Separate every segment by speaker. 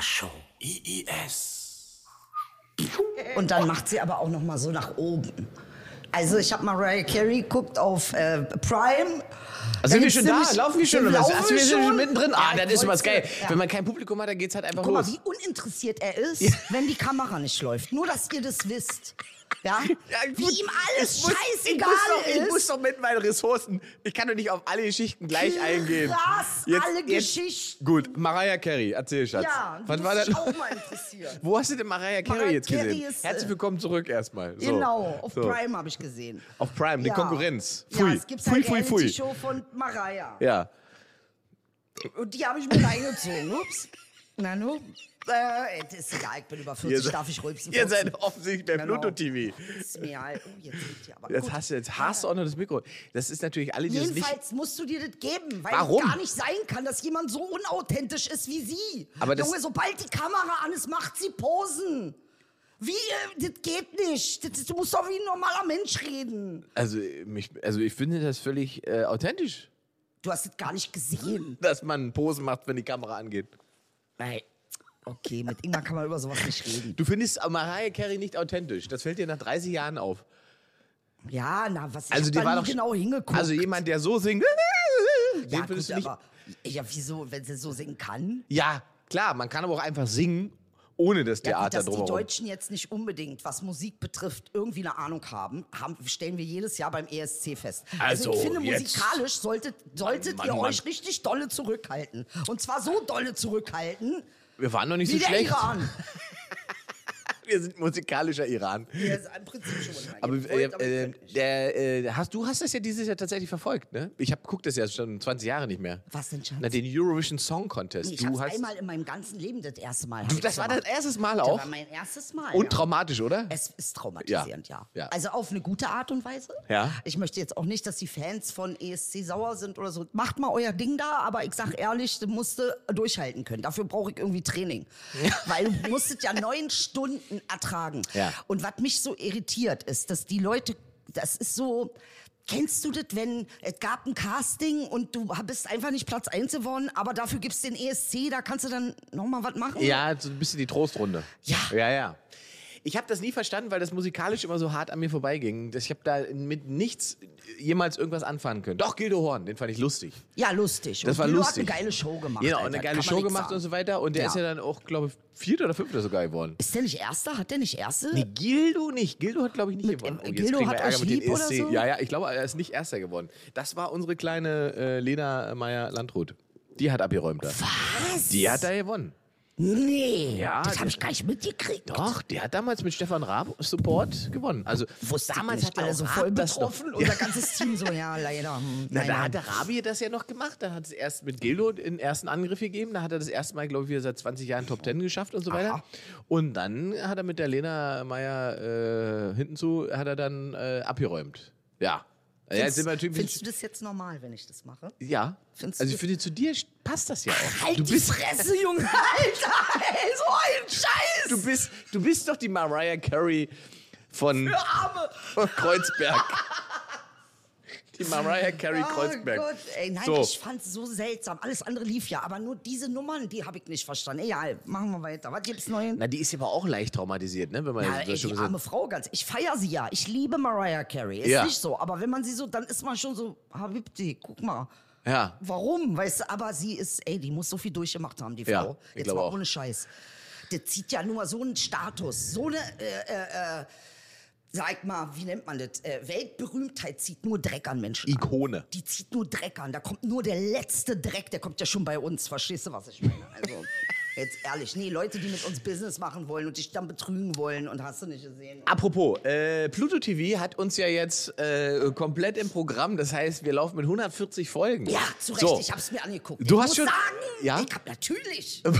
Speaker 1: Show.
Speaker 2: IIS.
Speaker 1: Und dann macht sie aber auch noch mal so nach oben. Also ich habe Mariah Carey guckt auf äh, Prime.
Speaker 2: Also sind wir
Speaker 1: gibt's
Speaker 2: schon da?
Speaker 1: ziemlich-
Speaker 2: Laufen wir schon? oder was?
Speaker 1: Laufen
Speaker 2: Also wir sind schon mittendrin. Ah,
Speaker 1: Ja,
Speaker 2: das ist immer
Speaker 1: voll
Speaker 2: geil.
Speaker 1: ja.
Speaker 2: Wenn man kein Publikum hat, dann geht's halt einfach
Speaker 1: Guck mal,
Speaker 2: los.
Speaker 1: wie uninteressiert er ist, wenn die Kamera nicht läuft. Nur, dass ihr das wisst. Ja?
Speaker 2: gut,
Speaker 1: wie ihm alles
Speaker 2: ich muss-
Speaker 1: scheißegal
Speaker 2: ich muss, doch,
Speaker 1: ist.
Speaker 2: ich muss doch mit meinen Ressourcen, ich kann doch nicht auf alle Geschichten gleich eingehen.
Speaker 1: Krass, alle Geschichten.
Speaker 2: Gut, Mariah Carey, erzähl, Schatz.
Speaker 1: ja,
Speaker 2: Was
Speaker 1: muss
Speaker 2: war das?
Speaker 1: ich auch mal interessieren.
Speaker 2: Wo hast du denn Mariah Carey
Speaker 1: Mariah
Speaker 2: jetzt
Speaker 1: Carey
Speaker 2: gesehen?
Speaker 1: ist, äh,
Speaker 2: Herzlich willkommen zurück erstmal. So.
Speaker 1: Genau, auf
Speaker 2: so.
Speaker 1: Prime habe ich gesehen.
Speaker 2: Auf Prime, die
Speaker 1: Ja.
Speaker 2: Konkurrenz. Pfui.
Speaker 1: Ja, es gibt
Speaker 2: pfui,
Speaker 1: eine
Speaker 2: pfui, pfui.
Speaker 1: Reality-Show von Mariah.
Speaker 2: Ja.
Speaker 1: Und die habe ich mir reingezogen. Ups. Na nu. Äh, das ist egal, ich bin über 40, darf ich rülpsen?
Speaker 2: Ihr
Speaker 1: furzen?
Speaker 2: seid offensichtlich bei
Speaker 1: Genau.
Speaker 2: Pluto TV.
Speaker 1: Ist mir egal. Oh, jetzt sind die aber
Speaker 2: Jetzt
Speaker 1: gut.
Speaker 2: hast du jetzt hast du auch noch das Mikro. Das ist natürlich alle, die das nicht.
Speaker 1: Jedenfalls musst du dir das geben, weil
Speaker 2: Warum?
Speaker 1: es gar nicht sein kann, dass jemand so unauthentisch ist wie sie.
Speaker 2: Aber das-
Speaker 1: Junge, sobald die Kamera an ist, macht sie Posen. Wie, äh, das geht nicht. Das, du musst doch wie ein normaler Mensch reden.
Speaker 2: Also, mich, also ich finde das völlig äh, authentisch,
Speaker 1: Du hast das gar nicht gesehen.
Speaker 2: dass man Posen macht, wenn die Kamera angeht.
Speaker 1: Nein. Okay, mit Ingmar kann man über sowas nicht reden.
Speaker 2: Du findest Mariah Carey nicht authentisch. Das fällt dir nach 30 Jahren auf.
Speaker 1: Ja, na, was ich
Speaker 2: Also
Speaker 1: hab
Speaker 2: die
Speaker 1: da
Speaker 2: war
Speaker 1: nie
Speaker 2: doch
Speaker 1: genau hingeguckt.
Speaker 2: Also jemand, der so singt, den
Speaker 1: ja,
Speaker 2: findest
Speaker 1: gut,
Speaker 2: du nicht.
Speaker 1: aber ja, wieso, wenn sie so singen kann?
Speaker 2: Ja, klar, man kann aber auch einfach singen ohne das
Speaker 1: Ja, gut,
Speaker 2: Theater
Speaker 1: dass die
Speaker 2: drumherum.
Speaker 1: Deutschen jetzt nicht unbedingt, was Musik betrifft, irgendwie eine Ahnung haben, haben stellen wir jedes Jahr beim ESC fest. Also,
Speaker 2: Also,
Speaker 1: ich finde,
Speaker 2: jetzt-
Speaker 1: musikalisch solltet, solltet
Speaker 2: Mann,
Speaker 1: ihr
Speaker 2: Mann.
Speaker 1: euch richtig dolle zurückhalten. Und zwar so dolle zurückhalten,
Speaker 2: Wir waren noch nicht
Speaker 1: wie
Speaker 2: so
Speaker 1: der
Speaker 2: schlecht.
Speaker 1: Iran.
Speaker 2: Wir sind musikalischer Iran.
Speaker 1: Der ist im Prinzip schon mal
Speaker 2: Aber,
Speaker 1: gewollt,
Speaker 2: äh,
Speaker 1: aber ihr
Speaker 2: äh,
Speaker 1: könnt nicht.
Speaker 2: der, äh, hast, du hast das ja dieses Jahr tatsächlich verfolgt, ne? Ich hab, guck das ja schon 20 Jahre nicht mehr.
Speaker 1: Was denn, Schatz?
Speaker 2: Na, den Eurovision Song Contest.
Speaker 1: ich
Speaker 2: du
Speaker 1: hab's
Speaker 2: hast,
Speaker 1: einmal in meinem ganzen Leben das erste Mal. hab
Speaker 2: du,
Speaker 1: ich's
Speaker 2: das war das
Speaker 1: gemacht.
Speaker 2: erste Mal
Speaker 1: Das
Speaker 2: auch.
Speaker 1: war mein erstes Mal.
Speaker 2: Und
Speaker 1: ja.
Speaker 2: traumatisch, oder?
Speaker 1: Es ist traumatisierend, ja.
Speaker 2: Ja.
Speaker 1: Also auf eine gute Art und Weise.
Speaker 2: Ja.
Speaker 1: Ich möchte jetzt auch nicht, dass die Fans von ESC sauer sind oder so. Macht mal euer Ding da, aber ich sag ehrlich, du musste durchhalten können. Dafür brauche ich irgendwie Training. Weil du musstet ja neun Stunden ertragen.
Speaker 2: Ja.
Speaker 1: Und was mich so irritiert ist, dass die Leute, das ist so, kennst du das, wenn es gab ein Casting und du bist einfach nicht Platz 1 geworden, aber dafür gibst du den ESC, da kannst du dann nochmal was machen?
Speaker 2: Ja, so ein bisschen die Trostrunde.
Speaker 1: Ja.
Speaker 2: Ja, ja. Ich habe das nie verstanden, weil das musikalisch immer so hart an mir vorbeiging. dass Ich habe da mit nichts jemals irgendwas anfangen können. Doch, Gildo Horn, den fand ich lustig.
Speaker 1: Ja, lustig.
Speaker 2: Das
Speaker 1: und
Speaker 2: war
Speaker 1: Lilo
Speaker 2: lustig.
Speaker 1: hat eine geile Show gemacht.
Speaker 2: Genau,
Speaker 1: Alter.
Speaker 2: und eine
Speaker 1: Kann
Speaker 2: geile
Speaker 1: man
Speaker 2: Show
Speaker 1: nix
Speaker 2: gemacht
Speaker 1: sagen.
Speaker 2: und so weiter. Und der
Speaker 1: Ja.
Speaker 2: ist ja dann auch, glaube ich, Vierter oder Fünfter sogar geworden.
Speaker 1: Ist der nicht Erster? Hat der nicht Erste?
Speaker 2: Nee, Gildo nicht. Gildo hat, glaube ich, nicht
Speaker 1: Mit,
Speaker 2: gewonnen.
Speaker 1: ähm,
Speaker 2: Oh, jetzt
Speaker 1: Gildo
Speaker 2: kriegen wir
Speaker 1: hat
Speaker 2: Ärger
Speaker 1: euch
Speaker 2: mit den
Speaker 1: lieb oder
Speaker 2: ESC.
Speaker 1: so?
Speaker 2: Ja, ja, ich glaube, er ist nicht Erster geworden. Das war unsere kleine äh, Lena Meyer-Landrut. Die hat abgeräumt da.
Speaker 1: Was?
Speaker 2: Die hat da gewonnen.
Speaker 1: Nee,
Speaker 2: Ja,
Speaker 1: das
Speaker 2: die-
Speaker 1: habe ich gar nicht mitgekriegt.
Speaker 2: Doch, die hat damals mit Stefan Raab Support gewonnen. Also
Speaker 1: Wusste
Speaker 2: damals
Speaker 1: ich nicht.
Speaker 2: hat
Speaker 1: alle
Speaker 2: er
Speaker 1: so
Speaker 2: so
Speaker 1: voll
Speaker 2: das noch.
Speaker 1: betroffen. Unser ganzes Team so, ja, leider. hm,
Speaker 2: Na, da
Speaker 1: naja.
Speaker 2: hat der Rabi das ja noch gemacht. Da hat es erst mit Gildo den ersten Angriff gegeben. Da hat er das erste Mal, glaube ich, wieder seit 20 Jahren Top Ten geschafft und so weiter. Und dann hat er mit der Lena Meyer äh, hinten zu, hat er dann äh, abgeräumt. Ja. ja jetzt sind wir natürlich
Speaker 1: Findest du das jetzt normal, wenn ich das mache?
Speaker 2: ja.
Speaker 1: Findest
Speaker 2: Also
Speaker 1: du-
Speaker 2: ich finde, zu dir passt das ja auch.
Speaker 1: Halt
Speaker 2: du
Speaker 1: die
Speaker 2: bist,
Speaker 1: Fresse, Junge, Alter! Ey, so ein Scheiß!
Speaker 2: du bist, du bist doch die Mariah Carey von
Speaker 1: du Arme!
Speaker 2: Kreuzberg. Die Mariah Carey Kreuzberg.
Speaker 1: Oh Gott, ey, nein,
Speaker 2: So.
Speaker 1: ich fand's so seltsam. Alles andere lief ja, aber nur diese Nummern, die habe ich nicht verstanden. Egal, machen wir weiter. Was gibt's Neues?
Speaker 2: Na, die ist ja aber auch leicht traumatisiert, ne? Wenn man
Speaker 1: Ja,
Speaker 2: das
Speaker 1: ey,
Speaker 2: schon
Speaker 1: die
Speaker 2: gesagt
Speaker 1: arme Frau ganz. Ich feiere sie ja. Ich liebe Mariah Carey. Ist
Speaker 2: Ja.
Speaker 1: nicht so. Aber wenn man sie so, dann ist man schon so, Habibti, guck mal.
Speaker 2: Ja.
Speaker 1: Warum? Weißt du, aber sie ist, ey, die muss so viel durchgemacht haben, die Frau.
Speaker 2: Ja, ich
Speaker 1: Jetzt
Speaker 2: glaube
Speaker 1: mal
Speaker 2: auch.
Speaker 1: ohne Scheiß. Der zieht ja nur so einen Status, so eine, äh, äh, äh, sag mal, wie nennt man das? Äh, Weltberühmtheit zieht nur Dreck an Menschen an.
Speaker 2: Ikone.
Speaker 1: Die zieht nur Dreck an. Da kommt nur der letzte Dreck, der kommt ja schon bei uns. Verstehst du, was ich meine? Also, jetzt ehrlich. Nee, Leute, die mit uns Business machen wollen und dich dann betrügen wollen und hast du nicht gesehen.
Speaker 2: Apropos, äh, Pluto TV hat uns ja jetzt äh, komplett im Programm. Das heißt, wir laufen mit 140 Folgen.
Speaker 1: Ja, zu Recht,
Speaker 2: So.
Speaker 1: ich hab's mir angeguckt.
Speaker 2: Du
Speaker 1: ich
Speaker 2: hast
Speaker 1: muss
Speaker 2: schon-
Speaker 1: sagen,
Speaker 2: Ja?
Speaker 1: ich hab natürlich.
Speaker 2: Du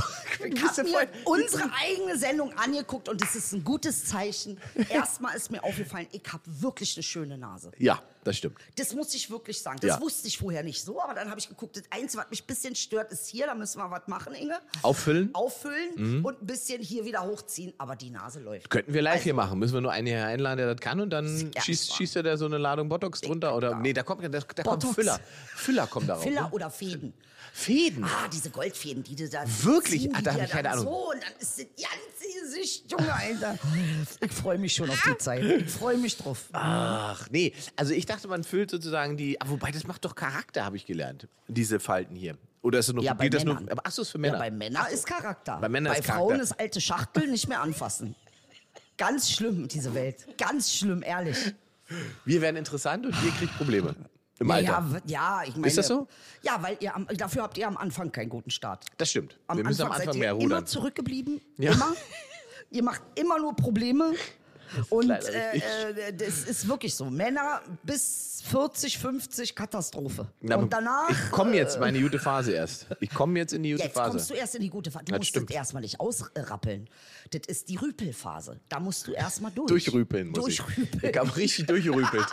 Speaker 1: Ich
Speaker 2: bist
Speaker 1: hab
Speaker 2: ja
Speaker 1: mir
Speaker 2: voll-
Speaker 1: unsere eigene Sendung angeguckt und es ist ein gutes Zeichen. Erstmal ist mir aufgefallen, ich habe wirklich eine schöne Nase.
Speaker 2: Ja. das stimmt.
Speaker 1: Das muss ich wirklich sagen. Das
Speaker 2: Ja.
Speaker 1: wusste ich vorher nicht so, aber dann habe ich geguckt, das Einzige, was mich ein bisschen stört, ist hier, da müssen wir was machen, Inge.
Speaker 2: Auffüllen?
Speaker 1: Auffüllen
Speaker 2: Mhm.
Speaker 1: und ein bisschen hier wieder hochziehen, aber die Nase läuft.
Speaker 2: Könnten wir live hier machen. Müssen wir nur einen hier einladen, der das kann und dann
Speaker 1: Also. Ja,
Speaker 2: schießt,
Speaker 1: super.
Speaker 2: schießt er da so eine Ladung Botox drunter oder nee, da kommt da, da kommt
Speaker 1: Botox.
Speaker 2: Füller. Füller kommt darauf.
Speaker 1: Filler
Speaker 2: ne?
Speaker 1: oder Fäden.
Speaker 2: Fäden.
Speaker 1: Ah, diese Goldfäden, die du da
Speaker 2: Wirklich?
Speaker 1: ziehen,
Speaker 2: Ah,
Speaker 1: die
Speaker 2: da hab
Speaker 1: dir
Speaker 2: ich keine
Speaker 1: dann
Speaker 2: Ahnung.
Speaker 1: So, und dann ist das ganze Gesicht, Junge, Alter. Ich freue mich schon auf die Zeit. Ich freue mich drauf.
Speaker 2: Ah,
Speaker 1: Ah.
Speaker 2: Ach nee, also ich dachte, man füllt sozusagen die, ah, wobei das macht doch Charakter, habe ich gelernt. Diese Falten hier. Oder ist das nur
Speaker 1: Ja,
Speaker 2: für,
Speaker 1: bei
Speaker 2: gilt das nur
Speaker 1: Männern.
Speaker 2: aber ach so, ist für
Speaker 1: Ja,
Speaker 2: Männer.
Speaker 1: bei Männern ist Charakter.
Speaker 2: Bei Männern ist
Speaker 1: Frauen
Speaker 2: Charakter.
Speaker 1: ist alte Schachtel nicht mehr anfassen. Ganz schlimm, diese Welt. Ganz schlimm, ehrlich.
Speaker 2: wir werden interessant und ihr kriegt Probleme im Alter.
Speaker 1: Ja, w- ja, ich meine.
Speaker 2: Ist das so?
Speaker 1: Ja, weil ihr am, dafür habt ihr am Anfang keinen guten Start.
Speaker 2: Das stimmt.
Speaker 1: Am
Speaker 2: wir müssen am
Speaker 1: seid
Speaker 2: Anfang
Speaker 1: ihr
Speaker 2: mehr
Speaker 1: immer
Speaker 2: rudern.
Speaker 1: zurückgeblieben.
Speaker 2: Ja.
Speaker 1: Immer. Ihr macht immer nur Probleme. Und
Speaker 2: leider
Speaker 1: äh, äh, das ist wirklich so. Männer bis 40, 50 Katastrophe.
Speaker 2: Na,
Speaker 1: und danach. äh,
Speaker 2: ich komme jetzt meine gute Phase erst. Ich komme jetzt in die gute
Speaker 1: Jetzt
Speaker 2: Phase.
Speaker 1: kommst du erst in die gute Phase. Du
Speaker 2: Das
Speaker 1: musst
Speaker 2: stimmt.
Speaker 1: das erstmal nicht ausrappeln. Das ist die Rüpelphase. Da musst du erstmal durch.
Speaker 2: Durchrüpeln muss ich.
Speaker 1: Durchrüpeln.
Speaker 2: Ich habe richtig durchgerüpelt.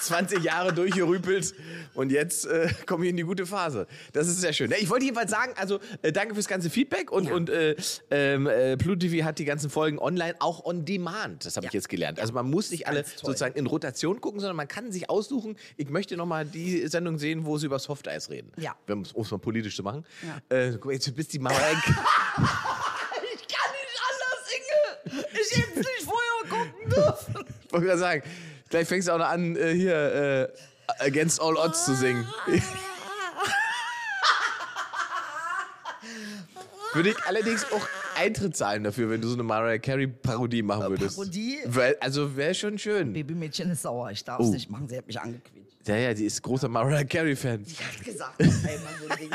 Speaker 2: 20 Jahre durchgerüpelt und jetzt äh, komme ich in die gute Phase. Das ist sehr schön. Ich wollte jedenfalls sagen, also äh, danke fürs ganze Feedback und, und äh, ähm, äh, PluTV hat die ganzen Folgen online, auch on demand. Das habe ich
Speaker 1: Ja.
Speaker 2: jetzt gelernt. Also man muss nicht alle
Speaker 1: toll.
Speaker 2: sozusagen in Rotation gucken, sondern man kann sich aussuchen, ich möchte nochmal die Sendung sehen, wo sie über Softeis reden.
Speaker 1: Ja.
Speaker 2: Um es mal politisch zu machen.
Speaker 1: Ja.
Speaker 2: Äh, guck mal, jetzt bist die Mauer.
Speaker 1: Ich kann nicht anders, Inge. Ich hätte nicht vorher gucken dürfen.
Speaker 2: Ich wollte gerade sagen, gleich fängst du auch noch an, äh, hier äh, Against All Odds zu singen. Würde ich allerdings auch Eintritt zahlen dafür, wenn du so eine Mariah Carey-Parodie machen würdest.
Speaker 1: Parodie?
Speaker 2: Weil, also wäre schon schön.
Speaker 1: Babymädchen ist sauer. Ich
Speaker 2: Oh.
Speaker 1: darf es nicht machen. Sie hat mich angequetscht.
Speaker 2: Ja, ja, die ist großer Mariah Carey-Fan.
Speaker 1: Ich hab's gesagt. Einmal so ein Ding.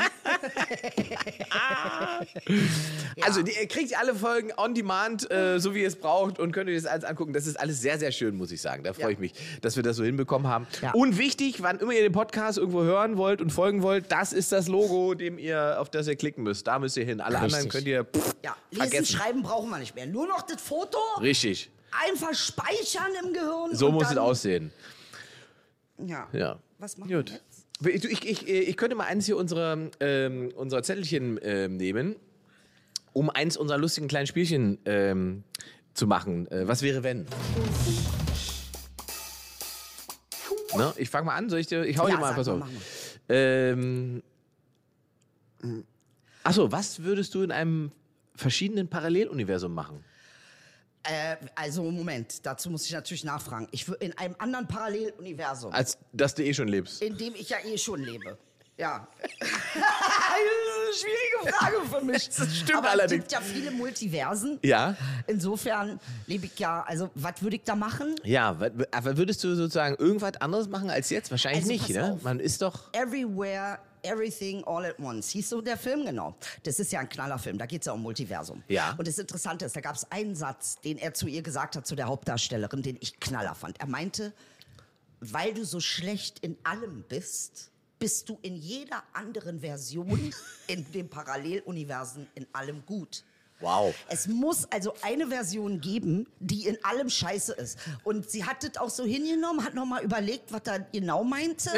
Speaker 2: Also, die, ihr kriegt alle Folgen on demand,
Speaker 1: Mhm.
Speaker 2: äh, so wie ihr es braucht und könnt euch das alles angucken. Das ist alles sehr, sehr schön, muss ich sagen. Da freue
Speaker 1: Ja.
Speaker 2: ich mich, dass wir das so hinbekommen haben.
Speaker 1: Ja.
Speaker 2: Und wichtig, wann immer ihr den Podcast irgendwo hören wollt und folgen wollt, das ist das Logo, dem ihr, auf das ihr klicken müsst. Da müsst ihr hin. Alle anderen
Speaker 1: Richtig.
Speaker 2: könnt ihr pff,
Speaker 1: Ja, lesen,
Speaker 2: vergessen.
Speaker 1: schreiben brauchen wir nicht mehr. Nur noch das Foto.
Speaker 2: Richtig.
Speaker 1: Einfach speichern im Gehirn.
Speaker 2: So
Speaker 1: und
Speaker 2: muss
Speaker 1: dann,
Speaker 2: es aussehen.
Speaker 1: Ja.
Speaker 2: Ja.
Speaker 1: Was machen wir
Speaker 2: Gut.
Speaker 1: jetzt?
Speaker 2: Du, Ich, ich, äh, ich könnte mal eins hier unserer, ähm, unserer Zettelchen ähm, nehmen, um eins unserer lustigen kleinen Spielchen ähm, zu machen. Äh, was wäre wenn? Ne? Ich fange mal an, soll ich dir, ich hau
Speaker 1: Ja,
Speaker 2: dir mal,
Speaker 1: sag
Speaker 2: pass
Speaker 1: mal,
Speaker 2: auf.
Speaker 1: mach mal.
Speaker 2: Ähm,
Speaker 1: Hm.
Speaker 2: Achso, was würdest du in einem verschiedenen Paralleluniversum machen?
Speaker 1: Äh, also Moment, dazu muss ich natürlich nachfragen. Ich wür- in einem anderen Paralleluniversum,
Speaker 2: Als dass du eh schon lebst.
Speaker 1: in dem ich ja eh schon lebe. Ja. das ist eine schwierige Frage für mich.
Speaker 2: Das stimmt
Speaker 1: Aber
Speaker 2: allerdings.
Speaker 1: Es gibt ja viele Multiversen.
Speaker 2: Ja?
Speaker 1: Insofern lebe ich ja, also was würde ich da machen?
Speaker 2: Ja, wa- wa- aber würdest du sozusagen irgendwas anderes machen als jetzt? Wahrscheinlich
Speaker 1: Also,
Speaker 2: nicht,
Speaker 1: pass
Speaker 2: ne?
Speaker 1: auf.
Speaker 2: Man ist doch.
Speaker 1: Everywhere, Everything, All at Once. Hieß so der Film, genau. Das ist ja ein Knallerfilm, da geht's ja um Multiversum.
Speaker 2: Ja.
Speaker 1: Und das Interessante ist, da gab's einen Satz, den er zu ihr gesagt hat, zu der Hauptdarstellerin, den ich Knaller fand. Er meinte, weil du so schlecht in allem bist, bist du in jeder anderen Version in dem Paralleluniversen in allem gut.
Speaker 2: Wow.
Speaker 1: Es muss also eine Version geben, die in allem scheiße ist. Und sie hat das auch so hingenommen, hat nochmal überlegt, was er genau meinte.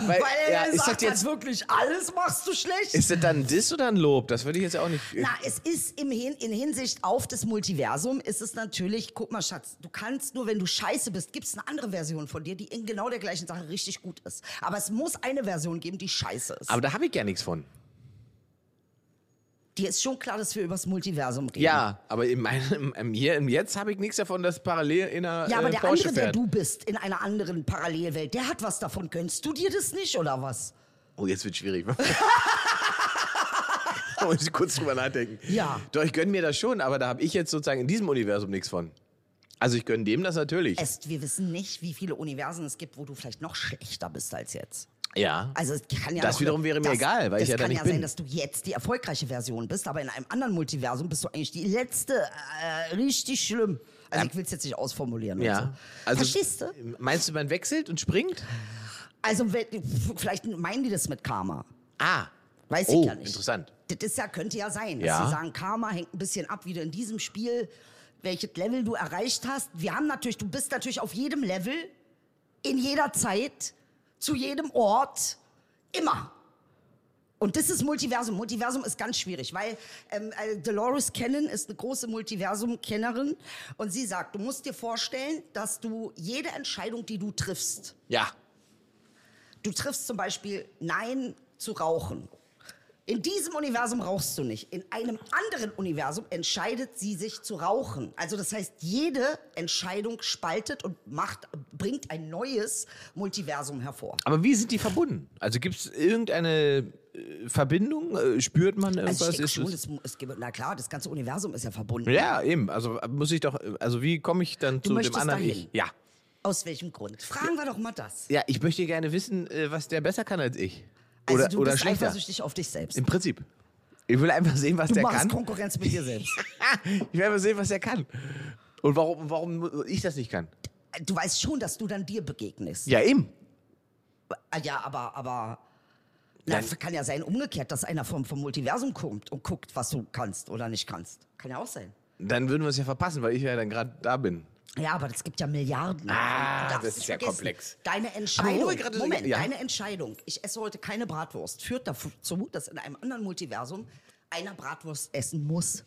Speaker 1: Weil, er
Speaker 2: ja, ist das
Speaker 1: sagt,
Speaker 2: jetzt-
Speaker 1: hat, wirklich alles machst du schlecht.
Speaker 2: Ist das dann ein Diss oder ein Lob? Das würde ich jetzt auch nicht.
Speaker 1: Na, es ist im Hin in Hinsicht auf das Multiversum ist es natürlich, guck mal, Schatz, du kannst nur, wenn du scheiße bist, gibt es eine andere Version von dir, die in genau der gleichen Sache richtig gut ist. Aber es muss eine Version geben, die scheiße ist.
Speaker 2: Aber da habe ich ja nichts von.
Speaker 1: Dir ist schon klar, dass wir über das Multiversum reden.
Speaker 2: Ja, aber in meinem, im hier, im Jetzt habe ich nichts davon, dass parallel in einer.
Speaker 1: Ja, aber
Speaker 2: äh,
Speaker 1: der
Speaker 2: Porsche
Speaker 1: andere, der
Speaker 2: fährt.
Speaker 1: du bist, in einer anderen Parallelwelt, der hat was davon. Gönnst du dir das nicht oder was?
Speaker 2: Oh, jetzt wird schwierig. Da muss ich kurz drüber nachdenken.
Speaker 1: Ja.
Speaker 2: Doch, ich gönne mir das schon, aber da habe ich jetzt sozusagen in diesem Universum nichts von. Also ich gönne dem das natürlich.
Speaker 1: Es, wir wissen nicht, wie viele Universen es gibt, wo du vielleicht noch schlechter bist als jetzt.
Speaker 2: ja.
Speaker 1: Also es kann ja
Speaker 2: Das
Speaker 1: noch-
Speaker 2: wiederum wäre mir egal, weil ich ja da
Speaker 1: Das
Speaker 2: nicht
Speaker 1: kann ja
Speaker 2: bin.
Speaker 1: sein, dass du jetzt die erfolgreiche Version bist, aber in einem anderen Multiversum bist du eigentlich die letzte, äh, richtig schlimm. Also ich will es jetzt nicht ausformulieren. und
Speaker 2: ja.
Speaker 1: So. Also, Verstehst du?
Speaker 2: Meinst du, man wechselt und springt?
Speaker 1: Also wenn- vielleicht meinen die das mit Karma.
Speaker 2: Ah.
Speaker 1: Weiß
Speaker 2: oh,
Speaker 1: ich ja nicht.
Speaker 2: interessant.
Speaker 1: Das ist ja, könnte ja sein, dass
Speaker 2: Ja.
Speaker 1: sie sagen, Karma hängt ein bisschen ab, wie du in diesem Spiel, welches Level du erreicht hast. Wir haben natürlich, du bist natürlich auf jedem Level in jeder Zeit, zu jedem Ort, immer. Und das ist Multiversum. Multiversum ist ganz schwierig, weil ähm, äh, Dolores Cannon ist eine große Multiversum-Kennerin und sie sagt, du musst dir vorstellen, dass du jede Entscheidung, die du triffst,
Speaker 2: Ja.
Speaker 1: du triffst zum Beispiel Nein zu rauchen. In diesem Universum rauchst du nicht. In einem anderen Universum entscheidet sie sich zu rauchen. Also das heißt, jede Entscheidung spaltet und macht, bringt ein neues Multiversum hervor.
Speaker 2: Aber wie sind die verbunden? Also gibt es irgendeine äh, Verbindung? Äh, Spürt man irgendwas?
Speaker 1: Also ich denke
Speaker 2: Ist
Speaker 1: schon,
Speaker 2: es-
Speaker 1: es, es, gibt- na klar, das ganze Universum ist ja verbunden.
Speaker 2: ja, eben. Also äh, muss ich doch, äh, also wie komme ich dann zu dem
Speaker 1: möchtest
Speaker 2: anderen
Speaker 1: dahin.
Speaker 2: Ich? Ja.
Speaker 1: Aus welchem Grund? Fragen wir doch mal das.
Speaker 2: Ja, ich möchte gerne wissen, äh, was der besser kann als ich.
Speaker 1: Also
Speaker 2: oder
Speaker 1: du
Speaker 2: oder
Speaker 1: bist
Speaker 2: schlechter.
Speaker 1: eifersüchtig auf dich selbst.
Speaker 2: Im Prinzip. Ich will einfach sehen, was
Speaker 1: Du
Speaker 2: der
Speaker 1: machst
Speaker 2: kann.
Speaker 1: Konkurrenz mit dir selbst.
Speaker 2: Ich will einfach sehen, was er kann. Und warum, warum ich das nicht kann.
Speaker 1: Du weißt schon, dass du dann dir begegnest.
Speaker 2: Ja, eben.
Speaker 1: Ah, ja, aber, aber. Na,
Speaker 2: Dann-
Speaker 1: kann ja sein, umgekehrt, dass einer vom, vom Multiversum kommt und guckt, was du kannst oder nicht kannst. Kann ja auch sein.
Speaker 2: Dann würden wir es ja verpassen, weil ich ja dann gerade da bin.
Speaker 1: Ja, aber es gibt ja Milliarden.
Speaker 2: Ah,
Speaker 1: Du darfst
Speaker 2: das
Speaker 1: nicht
Speaker 2: ist ja
Speaker 1: vergessen.
Speaker 2: komplex.
Speaker 1: Deine
Speaker 2: Aber wo
Speaker 1: Entscheidung,
Speaker 2: wir gerade so-
Speaker 1: Moment,
Speaker 2: ja.
Speaker 1: deine Entscheidung, ich esse heute keine Bratwurst, führt dazu, dass in einem anderen Multiversum einer Bratwurst essen muss.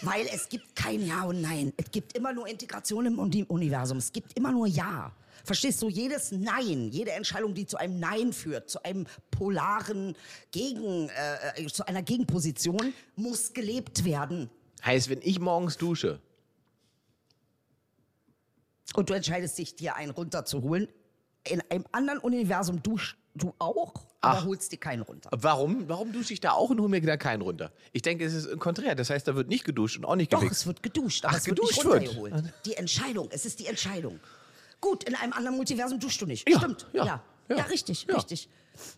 Speaker 1: Weil es gibt kein Ja und Nein. Es gibt immer nur Integration im Uni- Universum. Es gibt immer nur Ja. Verstehst du? Jedes Nein, jede Entscheidung, die zu einem Nein führt, zu einem polaren Gegen, äh, äh, zu einer Gegenposition, muss gelebt werden.
Speaker 2: Heißt, wenn ich morgens dusche,
Speaker 1: Und du entscheidest dich, dir einen runterzuholen. In einem anderen Universum duschst du auch, aber
Speaker 2: Ach.
Speaker 1: holst dir keinen runter.
Speaker 2: warum, warum dusche ich da auch und hole mir da keinen runter? Ich denke, es ist konträr. Das heißt, da wird nicht geduscht und auch nicht
Speaker 1: Doch,
Speaker 2: gewichst.
Speaker 1: es wird geduscht, aber
Speaker 2: Ach,
Speaker 1: es wird nicht
Speaker 2: geduscht wird.
Speaker 1: runtergeholt. Die Entscheidung, es ist die Entscheidung. Gut, in einem anderen Multiversum duschst du nicht.
Speaker 2: Ja,
Speaker 1: Stimmt,
Speaker 2: ja,
Speaker 1: ja. Ja,
Speaker 2: ja,
Speaker 1: richtig,
Speaker 2: ja.
Speaker 1: richtig.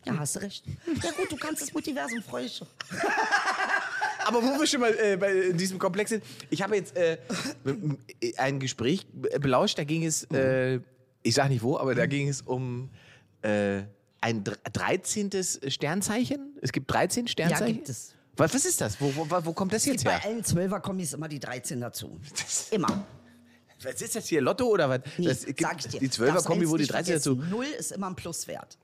Speaker 1: Ja, hast du recht. Ja gut, du kannst das Multiversum, freue ich schon.
Speaker 2: Aber wo wir schon mal äh, bei, in diesem Komplex sind, ich habe jetzt äh, m- m- ein Gespräch b- belauscht, da ging es, äh, ich sage nicht wo, aber da ging es um äh, ein dr- 13. Sternzeichen. Es gibt 13 Sternzeichen.
Speaker 1: gibt es.
Speaker 2: Was, was ist das? Wo, wo, wo kommt das jetzt her?
Speaker 1: Bei allen Zwölfer-Kommis immer die 13 dazu. Immer.
Speaker 2: Was ist das hier? Lotto oder was?
Speaker 1: Nee,
Speaker 2: das gibt
Speaker 1: sag ich dir.
Speaker 2: Die 12er
Speaker 1: Darfst
Speaker 2: Kombi,
Speaker 1: eins
Speaker 2: wo die
Speaker 1: nicht
Speaker 2: 13 dazu.
Speaker 1: vergessen, Null ist immer ein Pluswert.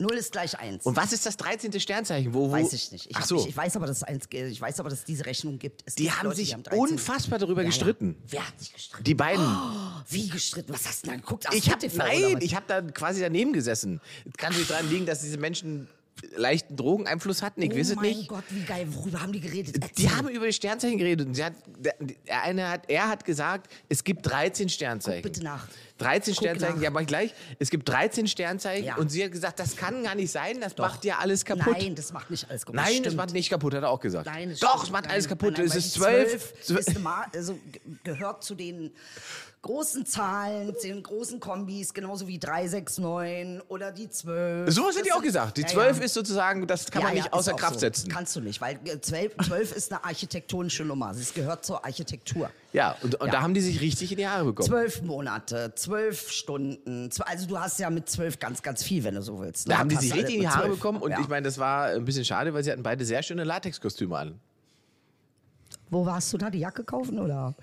Speaker 1: Null ist gleich eins.
Speaker 2: Und was ist das 13. Sternzeichen? Wo, wo?
Speaker 1: Weiß ich nicht. Ich,
Speaker 2: Ach
Speaker 1: hab
Speaker 2: so.
Speaker 1: nicht- ich weiß aber, dass es eins, ich weiß aber, dass es diese Rechnung gibt. Es
Speaker 2: die
Speaker 1: gibt
Speaker 2: haben
Speaker 1: Leute,
Speaker 2: sich
Speaker 1: 13.
Speaker 2: unfassbar darüber
Speaker 1: Ja, ja.
Speaker 2: gestritten.
Speaker 1: Wer hat sich gestritten?
Speaker 2: Die beiden.
Speaker 1: Wie gestritten? Was hast du denn da geguckt?
Speaker 2: Ich habe
Speaker 1: Astrid TV oder
Speaker 2: nein,
Speaker 1: was?
Speaker 2: ich habe da quasi daneben gesessen. Es Kann sich daran liegen, dass diese Menschen leichten Drogeneinfluss hatten. Ich
Speaker 1: oh
Speaker 2: weiß es
Speaker 1: mein
Speaker 2: nicht.
Speaker 1: Gott, wie geil. Worüber haben die geredet?
Speaker 2: Die
Speaker 1: Erzähl.
Speaker 2: haben über die Sternzeichen geredet und sie hat, der, der eine hat, er hat gesagt, es gibt 13 Sternzeichen.
Speaker 1: bitte nach.
Speaker 2: 13
Speaker 1: Guck
Speaker 2: Sternzeichen,
Speaker 1: nach.
Speaker 2: ja, mach ich gleich. Es gibt 13 Sternzeichen
Speaker 1: Ja.
Speaker 2: und sie hat gesagt, das kann gar nicht sein, das macht ja alles kaputt.
Speaker 1: Nein, das macht nicht alles kaputt.
Speaker 2: Nein, das
Speaker 1: Stimmt.
Speaker 2: macht nicht kaputt, hat er auch gesagt.
Speaker 1: Nein, das
Speaker 2: Doch,
Speaker 1: stimmt.
Speaker 2: es macht
Speaker 1: Nein,
Speaker 2: alles kaputt.
Speaker 1: nein,
Speaker 2: es
Speaker 1: weil
Speaker 2: ist
Speaker 1: die
Speaker 2: 12.
Speaker 1: ist eine Ma- also ge- gehört zu den großen Zahlen, zu den großen Kombis, genauso wie 369 oder die 12.
Speaker 2: Sowas hat die auch gesagt. Die 12 ist sozusagen, das kann man nicht
Speaker 1: ist
Speaker 2: außer
Speaker 1: auch
Speaker 2: Kraft
Speaker 1: so.
Speaker 2: setzen.
Speaker 1: Kannst du nicht, weil äh, 12, 12 ist eine architektonische Nummer. Es gehört zur Architektur.
Speaker 2: Ja, und, und
Speaker 1: Ja.
Speaker 2: da haben die sich richtig in die Haare bekommen.
Speaker 1: Zwölf Monate, zwölf Stunden. zw- Also du hast ja mit zwölf ganz, ganz viel, wenn du so willst. ne?
Speaker 2: Da haben die
Speaker 1: Hast
Speaker 2: sich
Speaker 1: alles
Speaker 2: richtig in die
Speaker 1: mit
Speaker 2: Haare
Speaker 1: 12.
Speaker 2: bekommen und
Speaker 1: Ja.
Speaker 2: ich meine, das war ein bisschen schade, weil sie hatten beide sehr schöne Latexkostüme an.
Speaker 1: Wo warst du da? Die Jacke kaufen oder?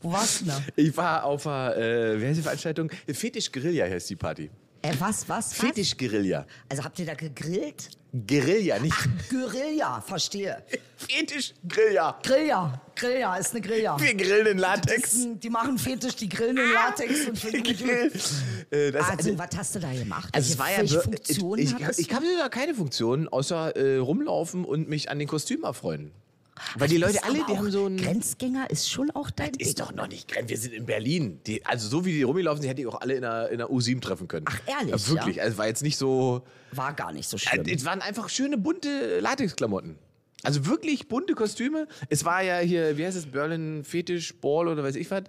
Speaker 1: Wo warst du da?
Speaker 2: Ich war auf einer, äh, wie heißt die Veranstaltung? Fetisch Guerilla heißt die Party.
Speaker 1: Äh, was, was, was?
Speaker 2: Fetisch Guerilla.
Speaker 1: Also habt ihr da gegrillt?
Speaker 2: Guerilla, nicht
Speaker 1: Guerilla, verstehe.
Speaker 2: Fetisch Guerilla.
Speaker 1: Grilla, Grilla ist eine Grilla. Hm,
Speaker 2: Wir grillen in Latex.
Speaker 1: Die machen Fetisch, die grillen in Latex und finden die
Speaker 2: Grill. Äh, Ah. das
Speaker 1: Also, was hast du da gemacht?
Speaker 2: also es war ja
Speaker 1: Welche
Speaker 2: wir-
Speaker 1: Funktionen
Speaker 2: ich,
Speaker 1: hat
Speaker 2: ich,
Speaker 1: es?
Speaker 2: ich habe da keine Funktion, außer äh, rumlaufen und mich an den Kostümen erfreuen. Weil die Leute
Speaker 1: Ist
Speaker 2: alle,
Speaker 1: aber
Speaker 2: die
Speaker 1: auch-
Speaker 2: haben so ein...
Speaker 1: Grenzgänger ist schon auch dein Ding.
Speaker 2: Ist doch noch nicht grenz. Wir sind in Berlin. Die, also so wie die rumgelaufen sind, hätte ich auch alle in der, in der U7 treffen können.
Speaker 1: Ach, ehrlich,
Speaker 2: Ja, wirklich.
Speaker 1: ja?
Speaker 2: Also war jetzt nicht so.
Speaker 1: War gar nicht so
Speaker 2: Äh,
Speaker 1: schlimm.
Speaker 2: Es waren einfach schöne bunte Latexklamotten. Also wirklich bunte Kostüme. Es war ja hier, wie heißt es, Berlin Fetisch, Ball oder weiß ich was.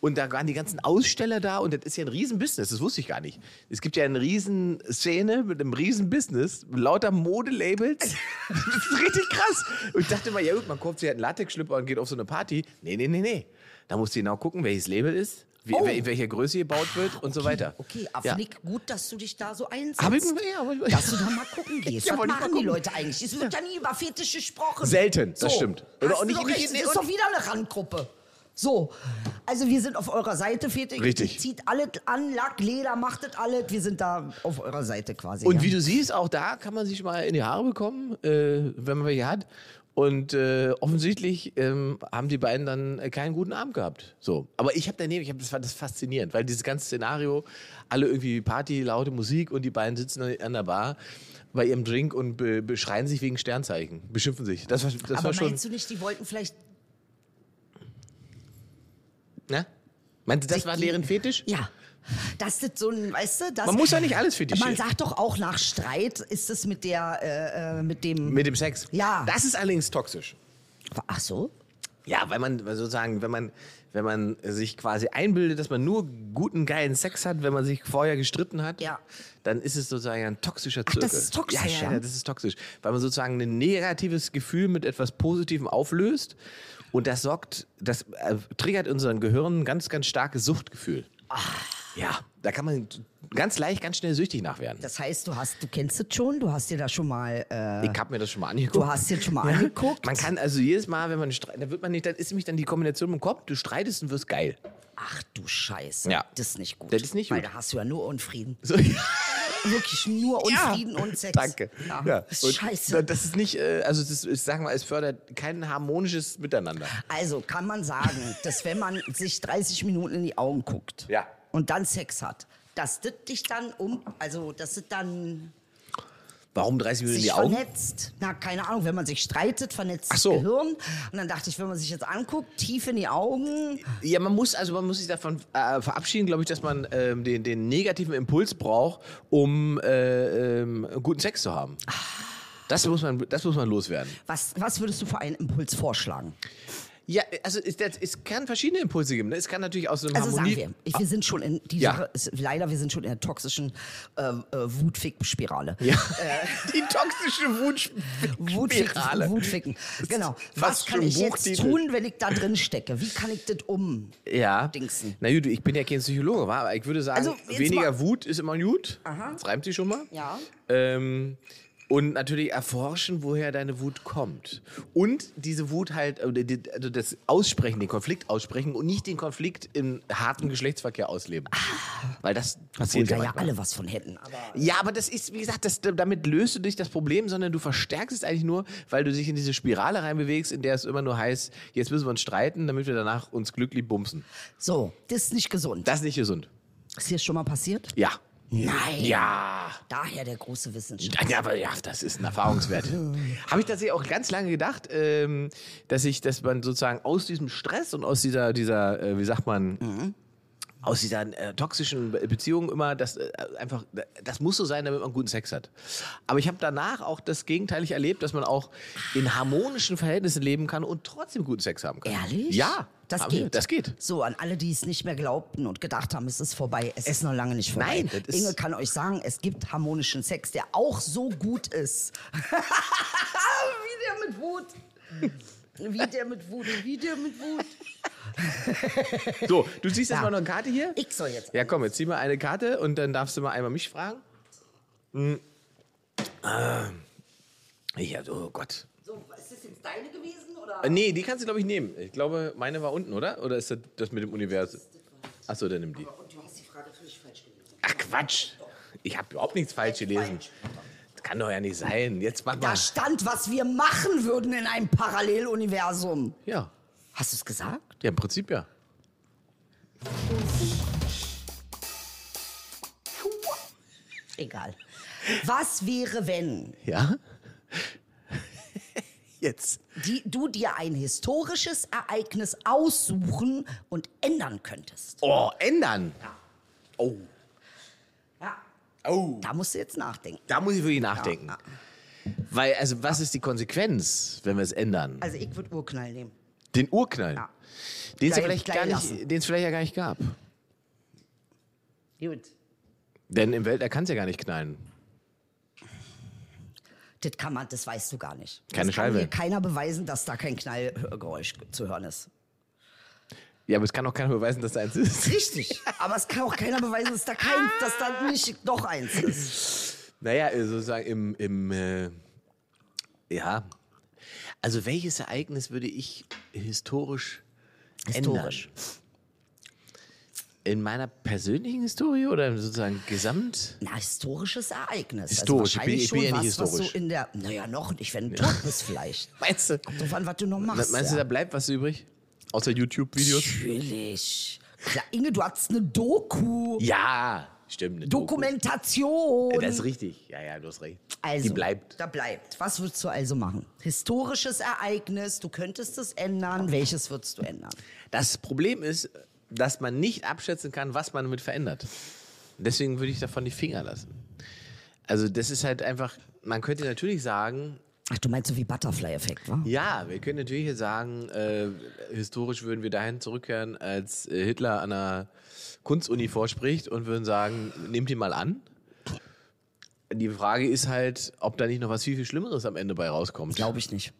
Speaker 2: Und da waren die ganzen Aussteller da und das ist ja ein Riesenbusiness, das wusste ich gar nicht. Es gibt ja eine Riesenszene mit einem Riesenbusiness, mit lauter Modelabels. das ist richtig krass. Und ich dachte mal, ja gut, man kauft sich halt einen Latexschlüpper und geht auf so eine Party. Nee, nee, nee, nee. Da musst du genau gucken, welches Label ist, wie,
Speaker 1: Oh.
Speaker 2: wel- welche Größe gebaut wird und so weiter.
Speaker 1: Okay,
Speaker 2: ja.
Speaker 1: Afnik, gut, dass du dich da so einsetzt.
Speaker 2: Hab ich, ja, aber ich,
Speaker 1: dass du da mal gucken gehst.
Speaker 2: Ja,
Speaker 1: Was
Speaker 2: wollte ich mal
Speaker 1: machen die
Speaker 2: gucken.
Speaker 1: Leute eigentlich? Es wird ja nie über Fetische gesprochen.
Speaker 2: Selten, das stimmt. Oder
Speaker 1: Oder
Speaker 2: auch
Speaker 1: auch
Speaker 2: nicht-
Speaker 1: nicht,
Speaker 2: nicht-
Speaker 1: recht,
Speaker 2: nicht-
Speaker 1: das ist doch wieder eine Randgruppe. So, also wir sind auf eurer Seite, Fetig.
Speaker 2: Richtig.
Speaker 1: Zieht alles an, Lack, Leder, machtet alles. Wir sind da auf eurer Seite quasi.
Speaker 2: Und
Speaker 1: ja.
Speaker 2: wie du siehst, auch da kann man sich mal in die Haare bekommen, äh, wenn man welche hat. Und äh, offensichtlich ähm, haben die beiden dann äh, keinen guten Abend gehabt. So. Aber ich habe daneben, ich hab, das fand das faszinierend, weil dieses ganze Szenario, alle irgendwie Party, laute Musik und die beiden sitzen an- an der Bar bei ihrem Drink und be beschreien sich wegen Sternzeichen, beschimpfen sich. Das war, das
Speaker 1: Aber
Speaker 2: war schon.
Speaker 1: meinst du nicht, die wollten vielleicht.
Speaker 2: ne? Meinst du, das war deren Fetisch?
Speaker 1: Ja. Dass das so ein, weißt du, das.
Speaker 2: Man muss ja nicht alles fetischieren.
Speaker 1: Man sagt doch auch nach Streit ist es mit der, äh, äh, mit dem.
Speaker 2: Mit dem Sex.
Speaker 1: Ja.
Speaker 2: Das ist allerdings toxisch.
Speaker 1: Ach so?
Speaker 2: Ja, weil man sozusagen, wenn man, wenn man sich quasi einbildet, dass man nur guten, geilen Sex hat, wenn man sich vorher gestritten hat,
Speaker 1: Ja.
Speaker 2: dann ist es sozusagen ein toxischer
Speaker 1: Ach,
Speaker 2: Zirkel.
Speaker 1: das ist toxisch,
Speaker 2: Ja, ja,
Speaker 1: ja.
Speaker 2: das ist toxisch. Weil man sozusagen ein negatives Gefühl mit etwas Positivem auflöst und das sorgt, das äh, triggert in unserem Gehirn ein ganz, ganz starkes Suchtgefühl. Ja, da kann man ganz leicht, ganz schnell süchtig nachwerden.
Speaker 1: Das heißt, du hast, du kennst es schon, du hast dir da schon mal, äh,
Speaker 2: ich habe mir das schon mal angeguckt.
Speaker 1: du hast dir schon mal angeguckt.
Speaker 2: Man kann also jedes Mal, wenn man streitet, da wird man nicht, dann ist nämlich dann die Kombination im Kopf, du streitest und wirst geil.
Speaker 1: Ach du Scheiße.
Speaker 2: Ja.
Speaker 1: Das ist nicht gut.
Speaker 2: Das ist nicht
Speaker 1: Weil
Speaker 2: gut.
Speaker 1: da hast du ja nur Unfrieden.
Speaker 2: So,
Speaker 1: Wirklich nur
Speaker 2: Ja.
Speaker 1: Unfrieden und Sex.
Speaker 2: Danke.
Speaker 1: Ja.
Speaker 2: Ja.
Speaker 1: Das
Speaker 2: Und
Speaker 1: ist scheiße.
Speaker 2: da- Das ist nicht, äh, also das ist, ich sag mal, es fördert kein harmonisches Miteinander.
Speaker 1: Also kann man sagen, dass wenn man sich 30 Minuten in die Augen guckt
Speaker 2: Ja.
Speaker 1: und dann Sex hat, dass das dich dann um, also dass es dann
Speaker 2: Warum 30 Minuten in
Speaker 1: sich
Speaker 2: die Augen?
Speaker 1: vernetzt. Na, keine Ahnung, wenn man sich streitet, vernetzt
Speaker 2: Ach so.
Speaker 1: das Gehirn. Und dann dachte ich, wenn man sich jetzt anguckt, tief in die Augen,
Speaker 2: Ja, man muss, also man muss sich davon äh, verabschieden, glaube ich, dass man ähm, den, den negativen Impuls braucht, um äh, ähm, guten Sex zu haben. Das muss, man, das muss man loswerden.
Speaker 1: was, was würdest du für einen Impuls vorschlagen?
Speaker 2: Ja, also es, das, es kann verschiedene Impulse geben. ne? Es kann natürlich aus so einem
Speaker 1: Also
Speaker 2: Harmonie...
Speaker 1: sagen wir, ich, wir sind schon in die
Speaker 2: Ja.
Speaker 1: Sache, ist, leider, wir sind schon in der toxischen äh, äh, Wutfick-Spirale.
Speaker 2: Ja. Die toxische Wutspirale.
Speaker 1: Wutficken, Wutficken. Genau. Was
Speaker 2: fast
Speaker 1: kann
Speaker 2: schon
Speaker 1: ich jetzt
Speaker 2: Buchtitel.
Speaker 1: tun, wenn ich da drin stecke? Wie kann ich das um?
Speaker 2: Ja.
Speaker 1: Dingsen.
Speaker 2: Na gut, ich bin ja kein Psychologe, wa? aber ich würde sagen,
Speaker 1: Also, jetzt
Speaker 2: weniger
Speaker 1: mal-
Speaker 2: Wut ist immer gut.
Speaker 1: Aha.
Speaker 2: Das reimt sich schon mal.
Speaker 1: Ja.
Speaker 2: Ähm, und natürlich erforschen, woher deine Wut kommt. Und diese Wut halt, äh, die- die- also das Aussprechen, den Konflikt aussprechen und nicht den Konflikt im harten Geschlechtsverkehr ausleben.
Speaker 1: Ah.
Speaker 2: Weil das
Speaker 1: Obwohl
Speaker 2: passiert ja,
Speaker 1: da ja
Speaker 2: manchmal.
Speaker 1: alle was von hätten. Aber
Speaker 2: Ja, aber das ist, wie gesagt, das, damit löst du dich das Problem, sondern du verstärkst es eigentlich nur, weil du dich in diese Spirale reinbewegst, in der es immer nur heißt, jetzt müssen wir uns streiten, damit wir danach uns glücklich bumsen.
Speaker 1: so, das ist nicht gesund.
Speaker 2: Das ist nicht gesund.
Speaker 1: Ist hier schon mal passiert?
Speaker 2: Ja.
Speaker 1: Nein.
Speaker 2: Ja.
Speaker 1: Daher der große Wissenschaft.
Speaker 2: Ja, aber ja, das ist ein Erfahrungswert. Habe ich tatsächlich auch ganz lange gedacht, ähm, dass ich, dass man sozusagen aus diesem Stress und aus dieser, dieser, äh, wie sagt man,
Speaker 1: Mhm.
Speaker 2: aus dieser äh, toxischen Be- Beziehung immer, das äh, einfach, das muss so sein, damit man guten Sex hat. Aber ich habe danach auch das gegenteilig erlebt, dass man auch in harmonischen Verhältnissen leben kann und trotzdem guten Sex haben kann.
Speaker 1: Ehrlich?
Speaker 2: Ja.
Speaker 1: Das
Speaker 2: Hab ich-
Speaker 1: geht.
Speaker 2: Das geht.
Speaker 1: So, an alle, die es nicht mehr glaubten und gedacht haben, es ist vorbei. Es, ist noch lange nicht vorbei.
Speaker 2: Nein, das ist-
Speaker 1: Inge kann euch sagen, es gibt harmonischen Sex, der auch so gut ist. wie der mit Wut. Wie der mit Wut. Wie der mit Wut.
Speaker 2: So, du ziehst jetzt
Speaker 1: Ja.
Speaker 2: mal noch eine Karte hier.
Speaker 1: Ich soll jetzt.
Speaker 2: Ja, komm, jetzt zieh mal eine Karte und dann darfst du mal einmal mich fragen. Hm. Ah. Ja, oh Gott.
Speaker 1: So, ist das jetzt deine gewesen? Oder?
Speaker 2: Äh, Nee, die kannst du, glaube ich, nehmen. Ich glaube, meine war unten, oder? Oder ist das, das mit dem Universum? Achso, dann nimm die.
Speaker 1: Und du hast die Frage völlig falsch gelesen.
Speaker 2: Ach, Quatsch. Ich habe überhaupt nichts falsch gelesen. Das kann doch ja nicht sein. Jetzt mach mal.
Speaker 1: Da stand, was wir machen würden in einem Paralleluniversum.
Speaker 2: Ja,
Speaker 1: Hast du es gesagt?
Speaker 2: ja im Prinzip ja.
Speaker 1: Egal. Was wäre, wenn
Speaker 2: Ja? Jetzt.
Speaker 1: die, du dir ein historisches Ereignis aussuchen und ändern könntest.
Speaker 2: Oh, ändern. Oh.
Speaker 1: Ja.
Speaker 2: Oh.
Speaker 1: Da musst du jetzt nachdenken.
Speaker 2: Da muss ich wirklich nachdenken. Weil, also, was ist die Konsequenz, wenn wir es ändern?
Speaker 1: Also ich würde Urknall nehmen.
Speaker 2: Den Urknall.
Speaker 1: Ja.
Speaker 2: Den es ja
Speaker 1: Gleich-
Speaker 2: vielleicht
Speaker 1: gleich
Speaker 2: gar
Speaker 1: lassen.
Speaker 2: nicht, den es vielleicht ja gar nicht gab.
Speaker 1: Gut.
Speaker 2: Denn im Weltall kann es ja gar nicht knallen.
Speaker 1: Das kann man, das weißt du gar nicht.
Speaker 2: Keine
Speaker 1: das kann
Speaker 2: Scheibe.
Speaker 1: mir keiner beweisen, dass da kein Knallgeräusch zu hören ist.
Speaker 2: Ja, aber es kann auch keiner beweisen, dass da eins ist.
Speaker 1: Richtig. Aber es kann auch keiner beweisen, dass da kein, dass da nicht noch eins ist.
Speaker 2: Naja, äh, sozusagen im, im äh, ja. Also welches Ereignis würde ich historisch
Speaker 1: Historisch.
Speaker 2: ändern? In meiner persönlichen Historie oder sozusagen Gesamt?
Speaker 1: Na, historisches Ereignis. Also
Speaker 2: Historisch, ich bin-
Speaker 1: wahrscheinlich
Speaker 2: ich bin ja
Speaker 1: schon
Speaker 2: nicht
Speaker 1: was, Was
Speaker 2: historisch.
Speaker 1: so in der, naja, noch nicht, wenn du tot bist vielleicht.
Speaker 2: Meinst du?
Speaker 1: Kommt drauf an, was du noch machst.
Speaker 2: Meinst du,
Speaker 1: ja.
Speaker 2: da bleibt was übrig? Außer YouTube-Videos?
Speaker 1: Natürlich. Klar, Inge, du hattest eine Doku.
Speaker 2: Ja, stimmt. eine Doku.
Speaker 1: Dokumentation.
Speaker 2: Das ist richtig. Ja, ja, du hast recht.
Speaker 1: also,
Speaker 2: Die bleibt.
Speaker 1: Da bleibt. Was würdest du also machen? Historisches Ereignis, du könntest es ändern. Welches würdest du ändern?
Speaker 2: Das Problem ist, dass man nicht abschätzen kann, was man damit verändert. Deswegen würde ich davon die Finger lassen. Also das ist halt einfach, man könnte natürlich sagen,
Speaker 1: Ach, du meinst so wie Butterfly-Effekt, wa?
Speaker 2: ja, wir können natürlich jetzt sagen, äh, historisch würden wir dahin zurückkehren, als äh, Hitler an einer Kunstuni vorspricht und würden sagen, nehmt ihn mal an. Die Frage ist halt, ob da nicht noch was viel, viel Schlimmeres am Ende bei rauskommt.
Speaker 1: Glaube ich nicht.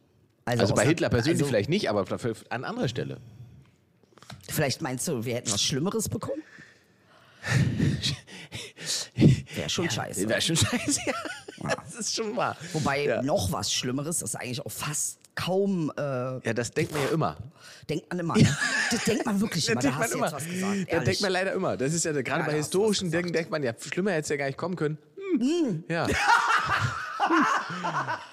Speaker 2: Also
Speaker 1: aus
Speaker 2: bei
Speaker 1: einer-
Speaker 2: Hitler persönlich
Speaker 1: also
Speaker 2: vielleicht nicht, aber dafür an anderer Stelle.
Speaker 1: Vielleicht meinst du, wir hätten was Schlimmeres bekommen? Wäre schon scheiße.
Speaker 2: Das ist schon scheiße, ja. Das ist schon wahr.
Speaker 1: Wobei
Speaker 2: ja.
Speaker 1: noch was Schlimmeres ist eigentlich auch fast kaum, äh,
Speaker 2: ja, das denkt man ja immer.
Speaker 1: denkt man immer. ne? Das denkt man wirklich immer, da
Speaker 2: denkt man
Speaker 1: hast du jetzt was gesagt.
Speaker 2: Da denkt
Speaker 1: ehrlich.
Speaker 2: man leider immer. Das ist ja gerade
Speaker 1: da hast
Speaker 2: bei
Speaker 1: du
Speaker 2: historischen
Speaker 1: was
Speaker 2: Dingen
Speaker 1: gesagt.
Speaker 2: denkt man ja, schlimmer hätte es ja gar nicht kommen können. Hm. Ja.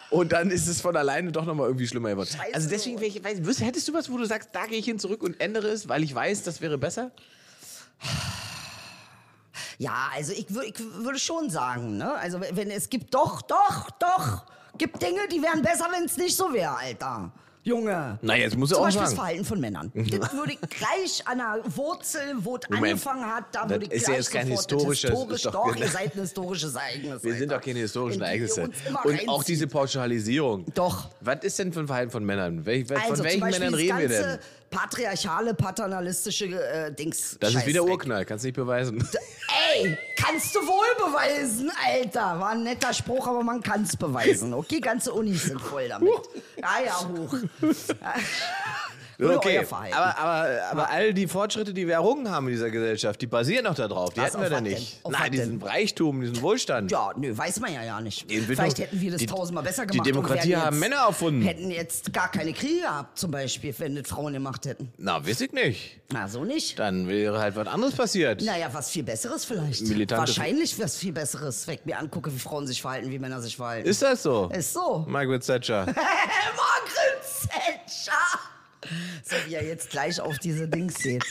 Speaker 2: und dann ist es von alleine doch nochmal irgendwie schlimmer geworden.
Speaker 1: Scheiße.
Speaker 2: Also deswegen, wäre ich, weiß, wüsste- hättest du was, wo du sagst, da gehe ich hin zurück und ändere es, weil ich weiß, das wäre besser?
Speaker 1: Ja, also ich, wür- ich würde schon sagen, ne? Also wenn- wenn es gibt doch, doch, doch, gibt Dinge, die wären besser, wenn es nicht so wäre, Alter. Junge.
Speaker 2: Na, jetzt muss ich
Speaker 1: Zum
Speaker 2: auch
Speaker 1: Beispiel das
Speaker 2: sagen. Mhm.
Speaker 1: Verhalten von Männern. Das würde ich gleich an der Wurzel, wo es
Speaker 2: Moment.
Speaker 1: angefangen hat, da
Speaker 2: Das
Speaker 1: würde ich
Speaker 2: ist ja
Speaker 1: gleich
Speaker 2: jetzt kein
Speaker 1: sofort das
Speaker 2: historisches,
Speaker 1: Historisch,
Speaker 2: ist doch
Speaker 1: doch,
Speaker 2: genau-
Speaker 1: ihr seid ein historisches Ereignis.
Speaker 2: Wir sind
Speaker 1: Alter.
Speaker 2: doch keine historischen
Speaker 1: In die ihr
Speaker 2: Ereignisse.
Speaker 1: uns immer
Speaker 2: Und auch
Speaker 1: reinzieht.
Speaker 2: diese Pauschalisierung.
Speaker 1: Doch.
Speaker 2: Was ist denn von Verhalten von Männern? Welch,
Speaker 1: Also,
Speaker 2: von
Speaker 1: zum
Speaker 2: welchen
Speaker 1: Beispiel
Speaker 2: Männern
Speaker 1: das
Speaker 2: reden wir
Speaker 1: ganze
Speaker 2: denn?
Speaker 1: Patriarchale, paternalistische äh, Dings.
Speaker 2: Das ist wieder
Speaker 1: Scheißdreck.
Speaker 2: Urknall, kannst nicht beweisen.
Speaker 1: Ey, kannst du wohl beweisen, Alter. War ein netter Spruch, aber man kann es beweisen. Okay, ganze Unis sind voll damit. Ja, ja, hoch. Oder euer Verhalten.
Speaker 2: aber, aber, aber all die Fortschritte, die wir errungen haben in dieser Gesellschaft, die basieren doch darauf. Die
Speaker 1: Was,
Speaker 2: hatten
Speaker 1: auf
Speaker 2: wir da
Speaker 1: was
Speaker 2: nicht.
Speaker 1: denn? Auf
Speaker 2: Nein,
Speaker 1: was
Speaker 2: diesen Reichtum, diesen Wohlstand.
Speaker 1: ja, nö, weiß man ja ja nicht.
Speaker 2: Die Entwicklung-
Speaker 1: Vielleicht hätten wir das
Speaker 2: die-
Speaker 1: tausendmal besser
Speaker 2: die
Speaker 1: gemacht. und
Speaker 2: Demokratie
Speaker 1: wären
Speaker 2: haben
Speaker 1: jetzt-
Speaker 2: Männer erfunden.
Speaker 1: Hätten jetzt gar keine Kriege gehabt, zum Beispiel, wenn das Frauen gemacht hätten.
Speaker 2: Na, weiß ich nicht.
Speaker 1: Na, so nicht.
Speaker 2: Dann wäre halt was anderes passiert.
Speaker 1: Naja, was viel Besseres vielleicht.
Speaker 2: Militante-
Speaker 1: Wahrscheinlich was viel Besseres, wenn ich mir angucke, wie Frauen sich verhalten, wie Männer sich verhalten.
Speaker 2: Ist das so?
Speaker 1: Ist so.
Speaker 2: Margaret Thatcher.
Speaker 1: Margaret Thatcher! So wie er jetzt gleich auf diese Dings geht.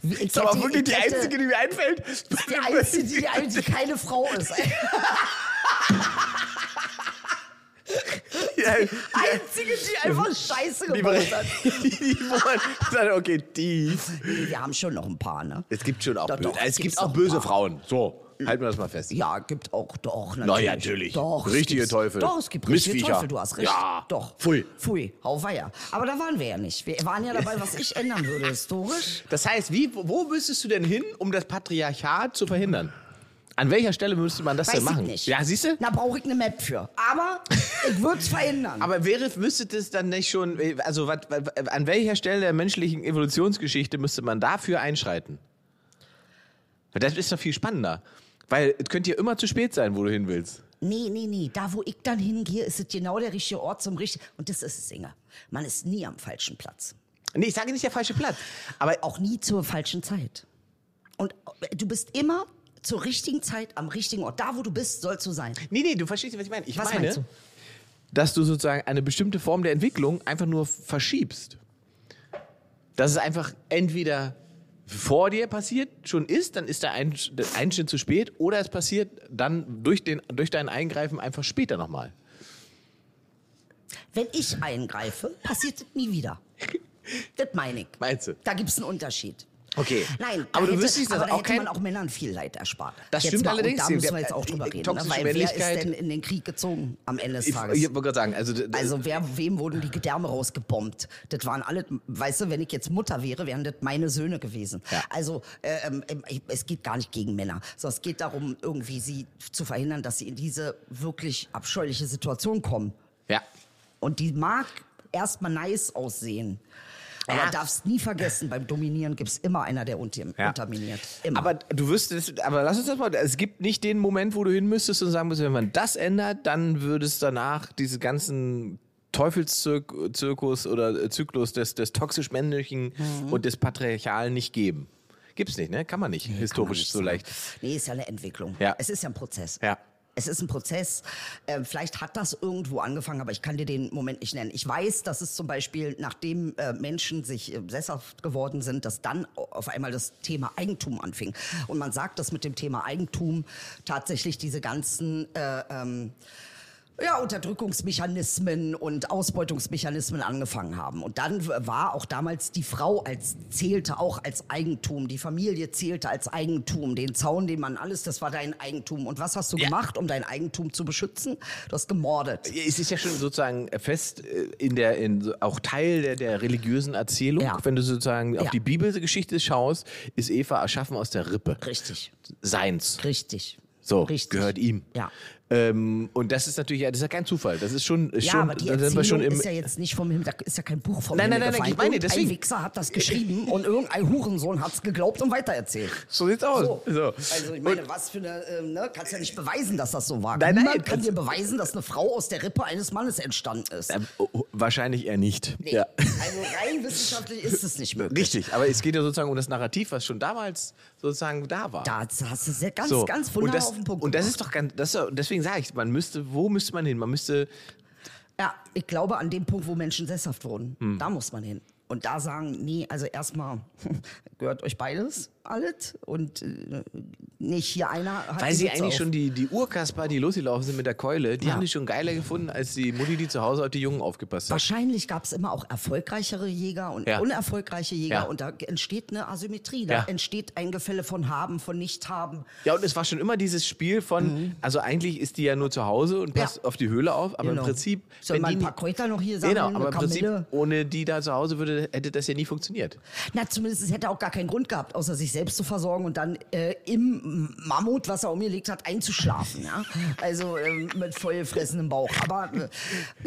Speaker 1: Wie- Ich
Speaker 2: Das ist aber
Speaker 1: hätte-
Speaker 2: wirklich die
Speaker 1: ich hätte-
Speaker 2: einzige, die mir einfällt.
Speaker 1: Die einzige, die, die, einzige, die keine Frau ist. Die
Speaker 2: die,
Speaker 1: einzige, die einfach Scheiße
Speaker 2: die,
Speaker 1: gebaut hat.
Speaker 2: okay, die.
Speaker 1: Nee, wir haben schon noch ein paar, ne?
Speaker 2: Es gibt schon auch,
Speaker 1: Doch,
Speaker 2: böse,
Speaker 1: doch,
Speaker 2: es
Speaker 1: gibt's
Speaker 2: gibt auch
Speaker 1: noch
Speaker 2: böse
Speaker 1: ein paar.
Speaker 2: Frauen. So, halten wir das mal fest.
Speaker 1: Ja, gibt auch, doch, natürlich.
Speaker 2: ja, natürlich.
Speaker 1: Doch, es
Speaker 2: Richtige
Speaker 1: gibt's-
Speaker 2: Teufel.
Speaker 1: Doch, es gibt richtige
Speaker 2: Missviecher.
Speaker 1: Teufel, du hast recht.
Speaker 2: Ja.
Speaker 1: Doch.
Speaker 2: Pfui.
Speaker 1: Pfui, Hauweier. Aber da waren wir ja nicht. Wir waren ja dabei, was ich ändern würde, historisch.
Speaker 2: Das heißt, wie, wo müsstest du denn hin, um das Patriarchat zu verhindern? An welcher Stelle müsste man das
Speaker 1: Weiß
Speaker 2: denn machen?
Speaker 1: ich nicht.
Speaker 2: Ja, siehst du?
Speaker 1: Da brauche ich eine Map für. Aber ich würde es verhindern.
Speaker 2: Aber wäre, müsste das dann nicht schon, also wat, wat, an welcher Stelle der menschlichen Evolutionsgeschichte müsste man dafür einschreiten? Weil Das ist doch viel spannender. Weil es könnte ja immer zu spät sein, wo du hin willst.
Speaker 1: Nee, nee, nee. Da, wo ich dann hingehe, ist es genau der richtige Ort zum richtigen. Und das ist es, Inge. Man ist nie am falschen Platz.
Speaker 2: Nee, ich sage nicht der falsche Platz. Aber
Speaker 1: Auch nie zur falschen Zeit. Und äh, du bist immer zur richtigen Zeit am richtigen Ort. Da, wo du bist, sollst du sein.
Speaker 2: Nee, nee, du verstehst, was ich meine. Ich
Speaker 1: Was
Speaker 2: meine,
Speaker 1: meinst du?
Speaker 2: dass du sozusagen eine bestimmte Form der Entwicklung einfach nur verschiebst. Dass es einfach entweder vor dir passiert, schon ist, dann ist der Einsch- der Einschnitt zu spät, oder es passiert dann durch, den, durch dein Eingreifen einfach später nochmal.
Speaker 1: Wenn ich eingreife, passiert das nie wieder. Das meine ich.
Speaker 2: Meinst du?
Speaker 1: Da gibt es einen Unterschied.
Speaker 2: Okay.
Speaker 1: Nein, da
Speaker 2: aber du
Speaker 1: hätte,
Speaker 2: wüsstest das
Speaker 1: aber da
Speaker 2: auch
Speaker 1: hätte
Speaker 2: kein.
Speaker 1: man auch Männern viel Leid erspart.
Speaker 2: Das
Speaker 1: jetzt
Speaker 2: stimmt
Speaker 1: mal,
Speaker 2: allerdings.
Speaker 1: Und da
Speaker 2: Der-
Speaker 1: müssen wir jetzt auch
Speaker 2: die-
Speaker 1: drüber
Speaker 2: die
Speaker 1: reden. Ne?
Speaker 2: toxische
Speaker 1: Weil wer ist
Speaker 2: Männlichkeit-
Speaker 1: denn in den Krieg gezogen am Ende des
Speaker 2: ich ich
Speaker 1: Tages?
Speaker 2: wollte gerade sagen, also, d- d-
Speaker 1: Also wer, wem wurden die Gedärme rausgebombt? Das waren alle, weißt du, wenn ich jetzt Mutter wäre, wären das meine Söhne gewesen.
Speaker 2: Ja.
Speaker 1: Also äh, ähm, ich- es geht gar nicht gegen Männer, sondern es geht darum, irgendwie sie zu verhindern, dass sie in diese wirklich abscheuliche Situation kommen.
Speaker 2: ja.
Speaker 1: Und die mag erstmal nice aussehen. Aber
Speaker 2: Ja.
Speaker 1: darfst nie vergessen, beim Dominieren gibt es immer einer, der unter
Speaker 2: Ja.
Speaker 1: unterminiert. Immer.
Speaker 2: Aber du wüsstest, aber lass uns das mal, es gibt nicht den Moment, wo du hin müsstest und sagen musst, wenn man das ändert, dann würde es danach diese ganzen Teufelszirkus oder äh, Zyklus des, des toxisch-männlichen
Speaker 1: Mhm.
Speaker 2: und des Patriarchalen nicht geben. Gibt's nicht, ne? Kann man nicht, historisch
Speaker 1: nicht
Speaker 2: so
Speaker 1: sagen.
Speaker 2: leicht.
Speaker 1: Nee, ist ja eine Entwicklung.
Speaker 2: Ja.
Speaker 1: Es ist ja ein Prozess.
Speaker 2: Ja.
Speaker 1: Es ist ein Prozess. Ähm, vielleicht hat das irgendwo angefangen, aber ich kann dir den Moment nicht nennen. Ich weiß, dass es zum Beispiel, nachdem äh, Menschen sich äh, sesshaft geworden sind, dass dann au- auf einmal das Thema Eigentum anfing. Und man sagt, dass mit dem Thema Eigentum tatsächlich diese ganzen äh, ähm, ja, Unterdrückungsmechanismen und Ausbeutungsmechanismen angefangen haben. Und dann war auch damals die Frau als zählte auch als Eigentum, die Familie zählte als Eigentum, den Zaun, den Mann, alles, das war dein Eigentum. Und was hast du
Speaker 2: Ja.
Speaker 1: gemacht, um dein Eigentum zu beschützen? Du hast gemordet.
Speaker 2: Es ist ja schon sozusagen fest äh, in der, in, so- auch Teil der, der religiösen Erzählung.
Speaker 1: Ja.
Speaker 2: Wenn du sozusagen auf
Speaker 1: Ja.
Speaker 2: die Bibelgeschichte schaust, ist Eva erschaffen aus der Rippe.
Speaker 1: Richtig,
Speaker 2: Seins.
Speaker 1: richtig.
Speaker 2: So,
Speaker 1: richtig.
Speaker 2: gehört ihm.
Speaker 1: Ja.
Speaker 2: Ähm, und das ist natürlich, das ist ja kein Zufall. Das ist schon, ist
Speaker 1: Ja,
Speaker 2: schon
Speaker 1: aber die
Speaker 2: da sind wir
Speaker 1: Erzählung
Speaker 2: schon im,
Speaker 1: ist ja jetzt nicht vom Himmel, da ist ja kein Buch vom
Speaker 2: Nein,
Speaker 1: Himmel
Speaker 2: nein, nein, nein,
Speaker 1: gefallen.
Speaker 2: ich meine,
Speaker 1: Irgendein
Speaker 2: deswegen-
Speaker 1: Wichser hat das geschrieben und irgendein Hurensohn hat es geglaubt und weitererzählt.
Speaker 2: So sieht's aus.
Speaker 1: So.
Speaker 2: So.
Speaker 1: Also ich meine, was für eine, äh, ne, kannst ja nicht beweisen, dass das so war.
Speaker 2: Nein, nein,
Speaker 1: Niemand kann
Speaker 2: also-
Speaker 1: dir beweisen, dass eine Frau aus der Rippe eines Mannes entstanden ist.
Speaker 2: Ähm, oh, oh, wahrscheinlich eher nicht.
Speaker 1: nee.
Speaker 2: Ja.
Speaker 1: Also rein wissenschaftlich ist es nicht möglich.
Speaker 2: Richtig, aber es geht ja sozusagen um das Narrativ, was schon damals sozusagen da war.
Speaker 1: Da hast du sehr ganz,
Speaker 2: so.
Speaker 1: ganz
Speaker 2: und
Speaker 1: wunderbar
Speaker 2: das,
Speaker 1: auf den Punkt
Speaker 2: Und das
Speaker 1: gebracht.
Speaker 2: ist doch ganz, das ist, doch- deswegen sage ich, man müsste, wo müsste man hin? Man müsste,
Speaker 1: Ja, ich glaube an dem Punkt, wo Menschen sesshaft wurden.
Speaker 2: Hm.
Speaker 1: Da muss man hin. Und da sagen, nee, also erstmal gehört euch beides alles und äh, nicht hier einer hat
Speaker 2: weil
Speaker 1: die
Speaker 2: sie
Speaker 1: Mütze
Speaker 2: eigentlich
Speaker 1: auf.
Speaker 2: schon die, die Urkasper, die losgelaufen sind mit der Keule, die
Speaker 1: Ja.
Speaker 2: haben die schon geiler gefunden, als die Mutti, die zu Hause auf die Jungen aufgepasst hat.
Speaker 1: Wahrscheinlich gab es immer auch erfolgreichere Jäger und
Speaker 2: Ja.
Speaker 1: unerfolgreiche Jäger.
Speaker 2: Ja.
Speaker 1: Und da entsteht eine Asymmetrie. Da
Speaker 2: Ja.
Speaker 1: entsteht ein Gefälle von haben, von nicht haben.
Speaker 2: Ja, und es war schon immer dieses Spiel von, also eigentlich ist die ja nur zu Hause und passt
Speaker 1: Mhm. Ja.
Speaker 2: auf die Höhle auf, aber
Speaker 1: Genau.
Speaker 2: im Prinzip.
Speaker 1: Soll
Speaker 2: wenn
Speaker 1: man ein
Speaker 2: die-
Speaker 1: paar Kräuter noch hier sammeln,
Speaker 2: Genau,
Speaker 1: eine
Speaker 2: aber im Prinzip,
Speaker 1: Kamille?
Speaker 2: ohne die da zu Hause würde, hätte das ja nie funktioniert.
Speaker 1: Na, zumindest es hätte auch gar keinen Grund gehabt, außer sich selbst zu versorgen und dann äh, im Mammut, was er umgelegt hat, einzuschlafen. Ja? Also ähm, mit vollgefressenem Bauch. Aber äh,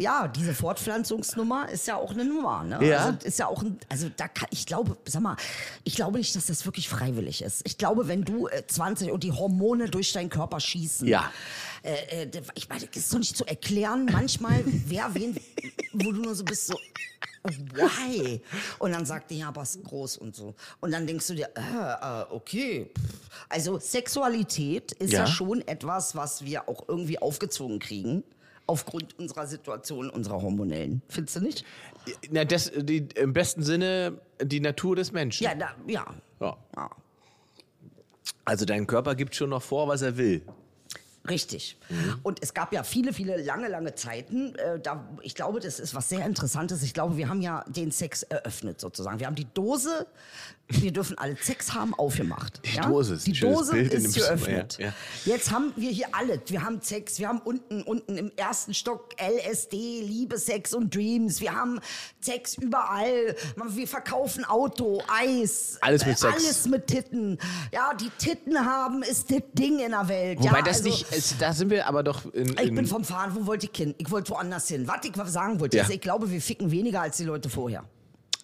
Speaker 1: ja, diese Fortpflanzungsnummer ist ja auch eine Nummer. Ne?
Speaker 2: Ja.
Speaker 1: Also, ist ja auch ein, also da kann, ich glaube, sag mal, ich glaube nicht, dass das wirklich freiwillig ist. Ich glaube, wenn du äh, 20 und die Hormone durch deinen Körper schießen,
Speaker 2: Ja.
Speaker 1: äh, äh, ich meine, das ist doch nicht zu erklären manchmal, wer wen, wo du nur so bist, so, why? Und dann sagt die, ja, aber ist groß und so. Und dann denkst du dir, äh, äh, okay. pff. Also Sexualität ist ja.
Speaker 2: Ja.
Speaker 1: schon etwas, was wir auch irgendwie aufgezogen kriegen. Aufgrund unserer Situation, unserer hormonellen. Findest du nicht?
Speaker 2: Na, das, die, Im besten Sinne die Natur des Menschen.
Speaker 1: Ja, da, ja.
Speaker 2: Ja.
Speaker 1: ja.
Speaker 2: Also dein Körper gibt schon noch vor, was er will.
Speaker 1: Richtig.
Speaker 2: Mhm.
Speaker 1: Und es gab ja viele, viele lange, lange Zeiten. Äh, da, ich glaube, das ist was sehr Interessantes. Ich glaube, wir haben ja den Sex eröffnet sozusagen. Wir haben die Dose, wir dürfen alle Sex haben, aufgemacht. Die
Speaker 2: Dose ist ein
Speaker 1: Die
Speaker 2: schönes
Speaker 1: Dose
Speaker 2: Bild in
Speaker 1: ist
Speaker 2: dem-
Speaker 1: geöffnet.
Speaker 2: Ja, ja.
Speaker 1: Jetzt haben wir hier alles. Wir haben Sex, wir haben unten, unten im ersten Stock LSD, Liebe, Sex und Dreams. Wir haben Sex überall. Wir verkaufen Auto, Eis.
Speaker 2: Alles mit
Speaker 1: äh,
Speaker 2: Sex.
Speaker 1: Alles mit Titten. Ja, die Titten haben ist das Ding in der Welt.
Speaker 2: Wobei
Speaker 1: ja,
Speaker 2: das
Speaker 1: also-
Speaker 2: nicht, es, da sind wir aber doch in,
Speaker 1: ich bin
Speaker 2: in
Speaker 1: vom Fahren, wo wollte ich hin? Ich wollte woanders hin. Was ich sagen wollte,
Speaker 2: Ja.
Speaker 1: ist, ich glaube, wir ficken weniger als die Leute vorher.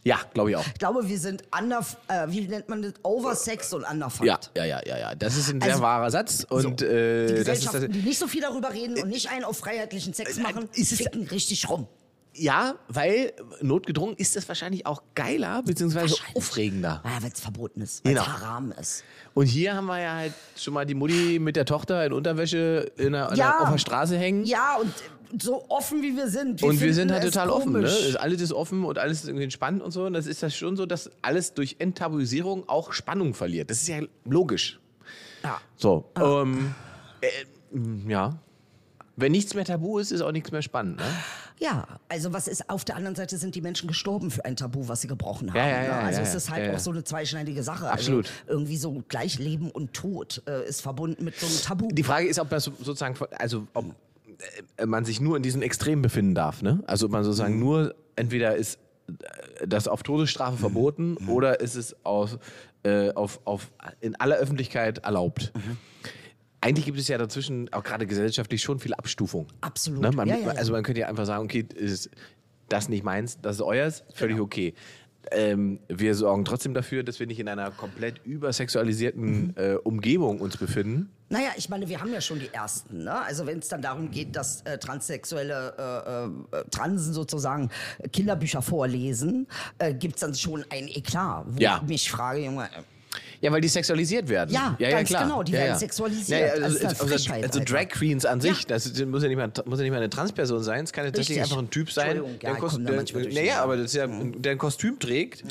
Speaker 2: ja, glaube ich auch.
Speaker 1: Ich glaube, wir sind under, äh, wie nennt man das? Oversex und underfucked.
Speaker 2: Ja, ja, ja, ja, ja. Das ist ein sehr
Speaker 1: Also,
Speaker 2: wahrer Satz und
Speaker 1: Die
Speaker 2: äh, das ist das, Äh,
Speaker 1: Gesellschaften, die nicht so viel darüber reden und nicht einen auf freiheitlichen Sex machen,
Speaker 2: ist es-
Speaker 1: ficken richtig rum.
Speaker 2: ja, weil notgedrungen ist das wahrscheinlich auch geiler beziehungsweise
Speaker 1: Wahrscheinlich.
Speaker 2: Also aufregender.
Speaker 1: Naja, weil es Ah, verboten ist, weil es
Speaker 2: Genau.
Speaker 1: haram ist.
Speaker 2: Und hier haben wir ja halt schon mal die Mutti mit der Tochter in Unterwäsche in der, in
Speaker 1: Ja.
Speaker 2: der, auf der Straße hängen.
Speaker 1: Ja, und äh, so offen wie wir sind.
Speaker 2: Und wir
Speaker 1: finden
Speaker 2: sind halt
Speaker 1: es
Speaker 2: total offen, ne?
Speaker 1: komisch.
Speaker 2: Ist- Alles ist offen und alles ist irgendwie entspannt und so. Und das ist das schon so, dass alles durch Enttabuisierung auch Spannung verliert. Das ist ja logisch.
Speaker 1: Ja.
Speaker 2: So.
Speaker 1: Ah.
Speaker 2: Ähm, äh, mh, ja. Wenn nichts mehr tabu ist, ist auch nichts mehr spannend. Ne?
Speaker 1: Ja, also was ist auf der anderen Seite sind die Menschen gestorben für ein Tabu, was sie gebrochen haben.
Speaker 2: Ja, ja,
Speaker 1: ne?
Speaker 2: ja,
Speaker 1: also
Speaker 2: ja,
Speaker 1: es
Speaker 2: ja,
Speaker 1: ist halt
Speaker 2: ja, ja.
Speaker 1: auch so eine zweischneidige Sache.
Speaker 2: Absolut.
Speaker 1: Also irgendwie so gleich Leben und Tod äh, ist verbunden mit so einem Tabu.
Speaker 2: Die Frage ist, ob das so- sozusagen, von- also ob äh, man sich nur in diesen Extremen befinden darf. Ne? Also ob man sozusagen nur entweder ist äh, das auf Todesstrafe verboten oder ist es auf, äh, auf, auf, in aller Öffentlichkeit erlaubt. Eigentlich gibt es ja dazwischen auch gerade gesellschaftlich schon viele Abstufungen.
Speaker 1: Absolut.
Speaker 2: Ne? Man,
Speaker 1: Ja, ja, ja. Genau.
Speaker 2: Also man könnte ja einfach sagen, okay, ist das nicht meins, das ist euers, völlig okay. ähm, wir sorgen trotzdem dafür, dass wir nicht in einer komplett übersexualisierten
Speaker 1: Mhm.
Speaker 2: äh, Umgebung uns befinden.
Speaker 1: Naja, ich meine, wir haben ja schon die ersten. Ne? Also wenn es dann darum geht, dass äh, transsexuelle äh, äh, Transen sozusagen Kinderbücher vorlesen, äh, gibt es dann schon ein Eklat, wo
Speaker 2: Ja.
Speaker 1: ich mich frage, Junge, äh,
Speaker 2: Ja, weil die sexualisiert werden.
Speaker 1: Ja, ganz genau, die werden sexualisiert.
Speaker 2: also,
Speaker 1: Das ist eine
Speaker 2: also,
Speaker 1: Frechheit,
Speaker 2: also
Speaker 1: Alter.
Speaker 2: Drag Queens an sich, das muss ja, nicht mal, muss ja nicht mal eine Transperson sein, es kann ja tatsächlich
Speaker 1: Richtig.
Speaker 2: einfach ein Typ sein,
Speaker 1: Entschuldigung,
Speaker 2: der,
Speaker 1: ja,
Speaker 2: ein
Speaker 1: ich komm da
Speaker 2: der,
Speaker 1: manchmal durch.
Speaker 2: naja, aber das ist ja, der ein Kostüm trägt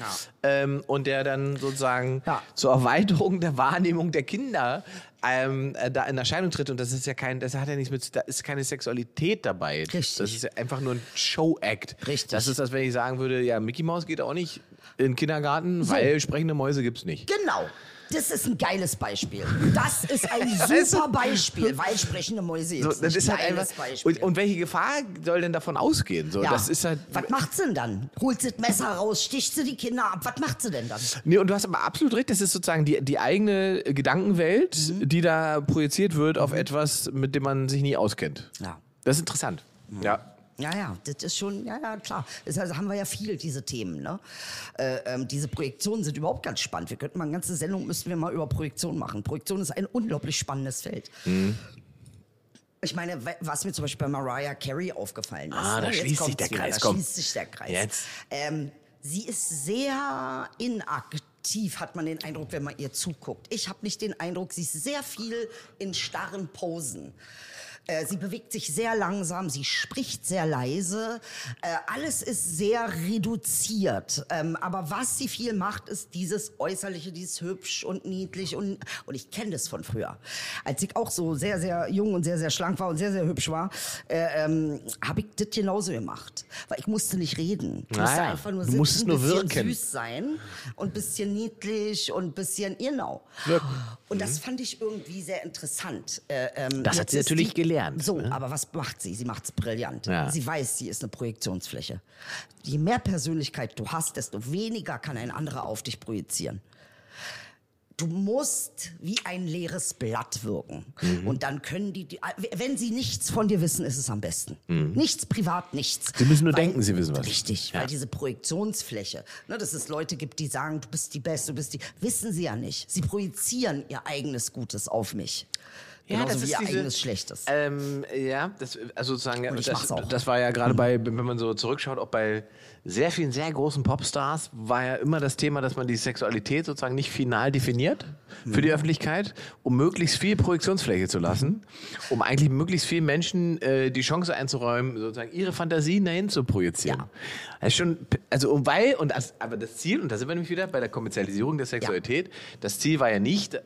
Speaker 2: ähm, und der dann sozusagen
Speaker 1: Ja.
Speaker 2: zur Erweiterung der Wahrnehmung der Kinder ähm, äh, da in Erscheinung tritt und das ist ja kein, das hat ja nichts mit, da ist keine Sexualität dabei.
Speaker 1: Richtig.
Speaker 2: Das ist ja einfach nur ein Show-Act.
Speaker 1: Richtig.
Speaker 2: Das ist, als wenn ich sagen würde, ja, Mickey Mouse geht auch nicht in den Kindergarten, weil sprechende Mäuse gibt's nicht.
Speaker 1: genau. Das ist ein geiles Beispiel. Das ist ein
Speaker 2: Weißt
Speaker 1: super
Speaker 2: du?
Speaker 1: Beispiel, weil sprechende Mäuse
Speaker 2: Also
Speaker 1: jetzt
Speaker 2: So, das ist
Speaker 1: ein
Speaker 2: halt
Speaker 1: geiles
Speaker 2: einfach.
Speaker 1: Beispiel.
Speaker 2: Und, und welche Gefahr soll denn davon ausgehen? So,
Speaker 1: Ja.
Speaker 2: das ist halt.
Speaker 1: Was macht sie denn dann? Holt sie das Messer raus, sticht sie die Kinder ab? Was macht sie denn dann?
Speaker 2: Nee, und du hast aber absolut recht, das ist sozusagen die, die eigene Gedankenwelt, die da projiziert wird auf etwas, mit dem man sich nie auskennt.
Speaker 1: Ja.
Speaker 2: Das ist interessant. Ja.
Speaker 1: Ja, ja, das ist schon, ja, ja, klar. Das also haben wir ja viel, diese Themen, ne? Äh, ähm, diese Projektionen sind überhaupt ganz spannend. Wir könnten mal eine ganze Sendung, müssten wir mal über Projektion machen. Projektion ist ein unglaublich spannendes Feld.
Speaker 2: Mhm.
Speaker 1: Ich meine, we- was mir zum Beispiel bei Mariah Carey aufgefallen ist. ne?
Speaker 2: Ah, da
Speaker 1: Jetzt
Speaker 2: schließt sich
Speaker 1: kommt's
Speaker 2: der
Speaker 1: wieder,
Speaker 2: Kreis,
Speaker 1: Da
Speaker 2: komm.
Speaker 1: schließt sich der Kreis.
Speaker 2: Jetzt.
Speaker 1: Ähm, sie ist sehr inaktiv, hat man den Eindruck, wenn man ihr zuguckt. Ich habe nicht den Eindruck, sie ist sehr viel in starren Posen. Äh, Sie bewegt sich sehr langsam, sie spricht sehr leise. Äh, Alles ist sehr reduziert. Ähm, Aber was sie viel macht, ist dieses Äußerliche, dieses hübsch und niedlich. Und, und ich kenne das von früher. Als ich auch so sehr, sehr jung und sehr, sehr schlank war und sehr, sehr hübsch war, äh, ähm, habe ich das genauso gemacht. Weil ich musste nicht reden. Ich musste
Speaker 2: Naja,
Speaker 1: einfach nur
Speaker 2: du
Speaker 1: sitzen,
Speaker 2: musstest nur
Speaker 1: bisschen
Speaker 2: wirken.
Speaker 1: süß sein und ein bisschen niedlich und ein bisschen, genau. Und das fand ich irgendwie sehr interessant. Äh, ähm,
Speaker 2: Das hat
Speaker 1: jetzt
Speaker 2: sie
Speaker 1: ist
Speaker 2: natürlich gelernt,
Speaker 1: So,
Speaker 2: ne?
Speaker 1: aber was macht sie? Sie macht es brillant.
Speaker 2: Ja.
Speaker 1: Sie weiß, sie ist eine Projektionsfläche. Je mehr Persönlichkeit du hast, desto weniger kann ein anderer auf dich projizieren. Du musst wie ein leeres Blatt wirken.
Speaker 2: Mhm.
Speaker 1: Und dann können die, die, wenn sie nichts von dir wissen, ist es am besten.
Speaker 2: Mhm.
Speaker 1: Nichts privat, nichts.
Speaker 2: Sie müssen nur denken, sie wissen was.
Speaker 1: Richtig,
Speaker 2: Ja.
Speaker 1: weil diese Projektionsfläche, ne, dass es Leute gibt, die sagen, du bist die Beste, du bist die, wissen sie ja nicht. Sie projizieren ihr eigenes Gutes auf mich.
Speaker 2: Ja,
Speaker 1: Genauso
Speaker 2: das
Speaker 1: wie
Speaker 2: ist
Speaker 1: ihr
Speaker 2: diese-
Speaker 1: eigenes Schlechtes.
Speaker 2: Ähm, ja, das, also sozusagen,
Speaker 1: Und ich mach's
Speaker 2: das,
Speaker 1: auch.
Speaker 2: das war ja
Speaker 1: Mhm.
Speaker 2: gerade bei, wenn man so zurückschaut, auch bei sehr vielen sehr großen Popstars war ja immer das Thema, dass man die Sexualität sozusagen nicht final definiert für
Speaker 1: Mhm.
Speaker 2: die Öffentlichkeit, um möglichst viel Projektionsfläche zu lassen, um eigentlich möglichst vielen Menschen äh, die Chance einzuräumen, sozusagen ihre Fantasien dahin zu projizieren.
Speaker 1: Ja.
Speaker 2: Das ist schon, also und weil, und das, aber das Ziel, und da sind wir nämlich wieder bei der Kommerzialisierung der Sexualität, das Ziel war ja nicht, äh,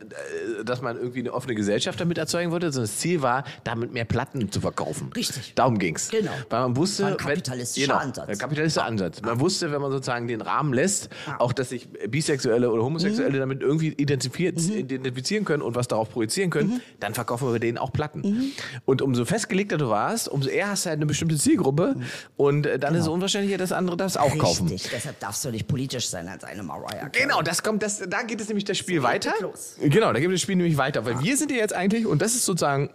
Speaker 2: dass man irgendwie eine offene Gesellschaft damit erzeugen wollte, sondern das Ziel war, damit mehr Platten zu verkaufen.
Speaker 1: Richtig.
Speaker 2: Darum ging's.
Speaker 1: Genau.
Speaker 2: Weil man wusste,
Speaker 1: War ein
Speaker 2: wenn-
Speaker 1: kapitalistischer
Speaker 2: genau,
Speaker 1: Ansatz.
Speaker 2: Ein kapitalistischer Ansatz. Man wusste, wenn man sozusagen den Rahmen lässt, auch dass sich Bisexuelle oder Homosexuelle
Speaker 1: Mhm.
Speaker 2: damit irgendwie identifiziert, identifizieren können und was darauf projizieren können,
Speaker 1: Mhm.
Speaker 2: dann verkaufen wir denen auch Platten. Und umso festgelegter du warst, umso eher hast du halt eine bestimmte Zielgruppe und äh, dann ist es unwahrscheinlicher, dass andere das auch kaufen.
Speaker 1: Mhm. Genau. Richtig, deshalb darfst du nicht politisch sein als eine Mariah. Carey.
Speaker 2: Genau, das kommt, das, da geht es nämlich das
Speaker 1: So
Speaker 2: Spiel
Speaker 1: geht
Speaker 2: weiter.
Speaker 1: es los.
Speaker 2: Genau, da geht das Spiel nämlich weiter, weil wir sind ja jetzt eigentlich und das ist sozusagen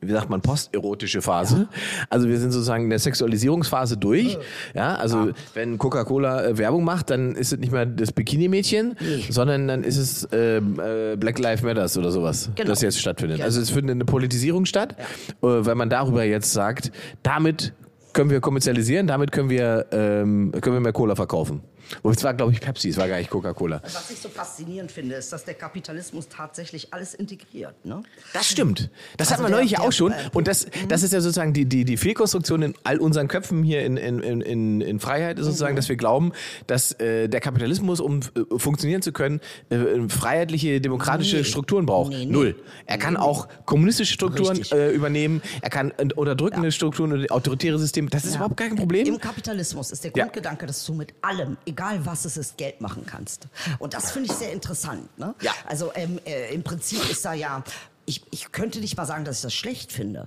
Speaker 2: wie sagt man, posterotische Phase. Also wir sind sozusagen in der Sexualisierungsphase durch. Ja, also wenn Coca-Cola äh, Werbung macht, dann ist es nicht mehr das Bikini-Mädchen, sondern dann ist es ähm, äh, Black Lives Matters oder sowas,
Speaker 1: Genau.
Speaker 2: das jetzt stattfindet.
Speaker 1: Genau.
Speaker 2: Also es findet eine Politisierung statt, äh, weil man darüber jetzt sagt, damit können wir kommerzialisieren, damit können wir, ähm, können wir mehr Cola verkaufen. Und es war, glaube ich, Pepsi, es war gar nicht Coca-Cola.
Speaker 1: Was ich so faszinierend finde, ist, dass der Kapitalismus tatsächlich alles integriert. Ne?
Speaker 2: Das stimmt. Das
Speaker 1: Also
Speaker 2: hatten wir
Speaker 1: der-
Speaker 2: neulich ja
Speaker 1: der,
Speaker 2: auch schon.
Speaker 1: äh,
Speaker 2: Und das, das ist ja sozusagen die, die, die Fehlkonstruktion in all unseren Köpfen hier in, in, in- in, in Freiheit, ist
Speaker 1: Mhm.
Speaker 2: sozusagen, dass wir glauben, dass äh, der Kapitalismus, um äh, funktionieren zu können, äh, freiheitliche, demokratische Strukturen braucht.
Speaker 1: Nee, nee.
Speaker 2: Null. Er kann auch kommunistische Strukturen
Speaker 1: Richtig.
Speaker 2: äh, übernehmen, er kann äh, unterdrückende Strukturen und autoritäre Systeme. Das ist
Speaker 1: Ja.
Speaker 2: überhaupt kein Problem.
Speaker 1: Im Kapitalismus ist der
Speaker 2: Ja.
Speaker 1: Grundgedanke, dass du mit allem, egal was es ist, Geld machen kannst. Und das finde ich sehr interessant. Ne?
Speaker 2: Ja.
Speaker 1: Also ähm, äh, im Prinzip ist da ja, ich, ich könnte nicht mal sagen, dass ich das schlecht finde.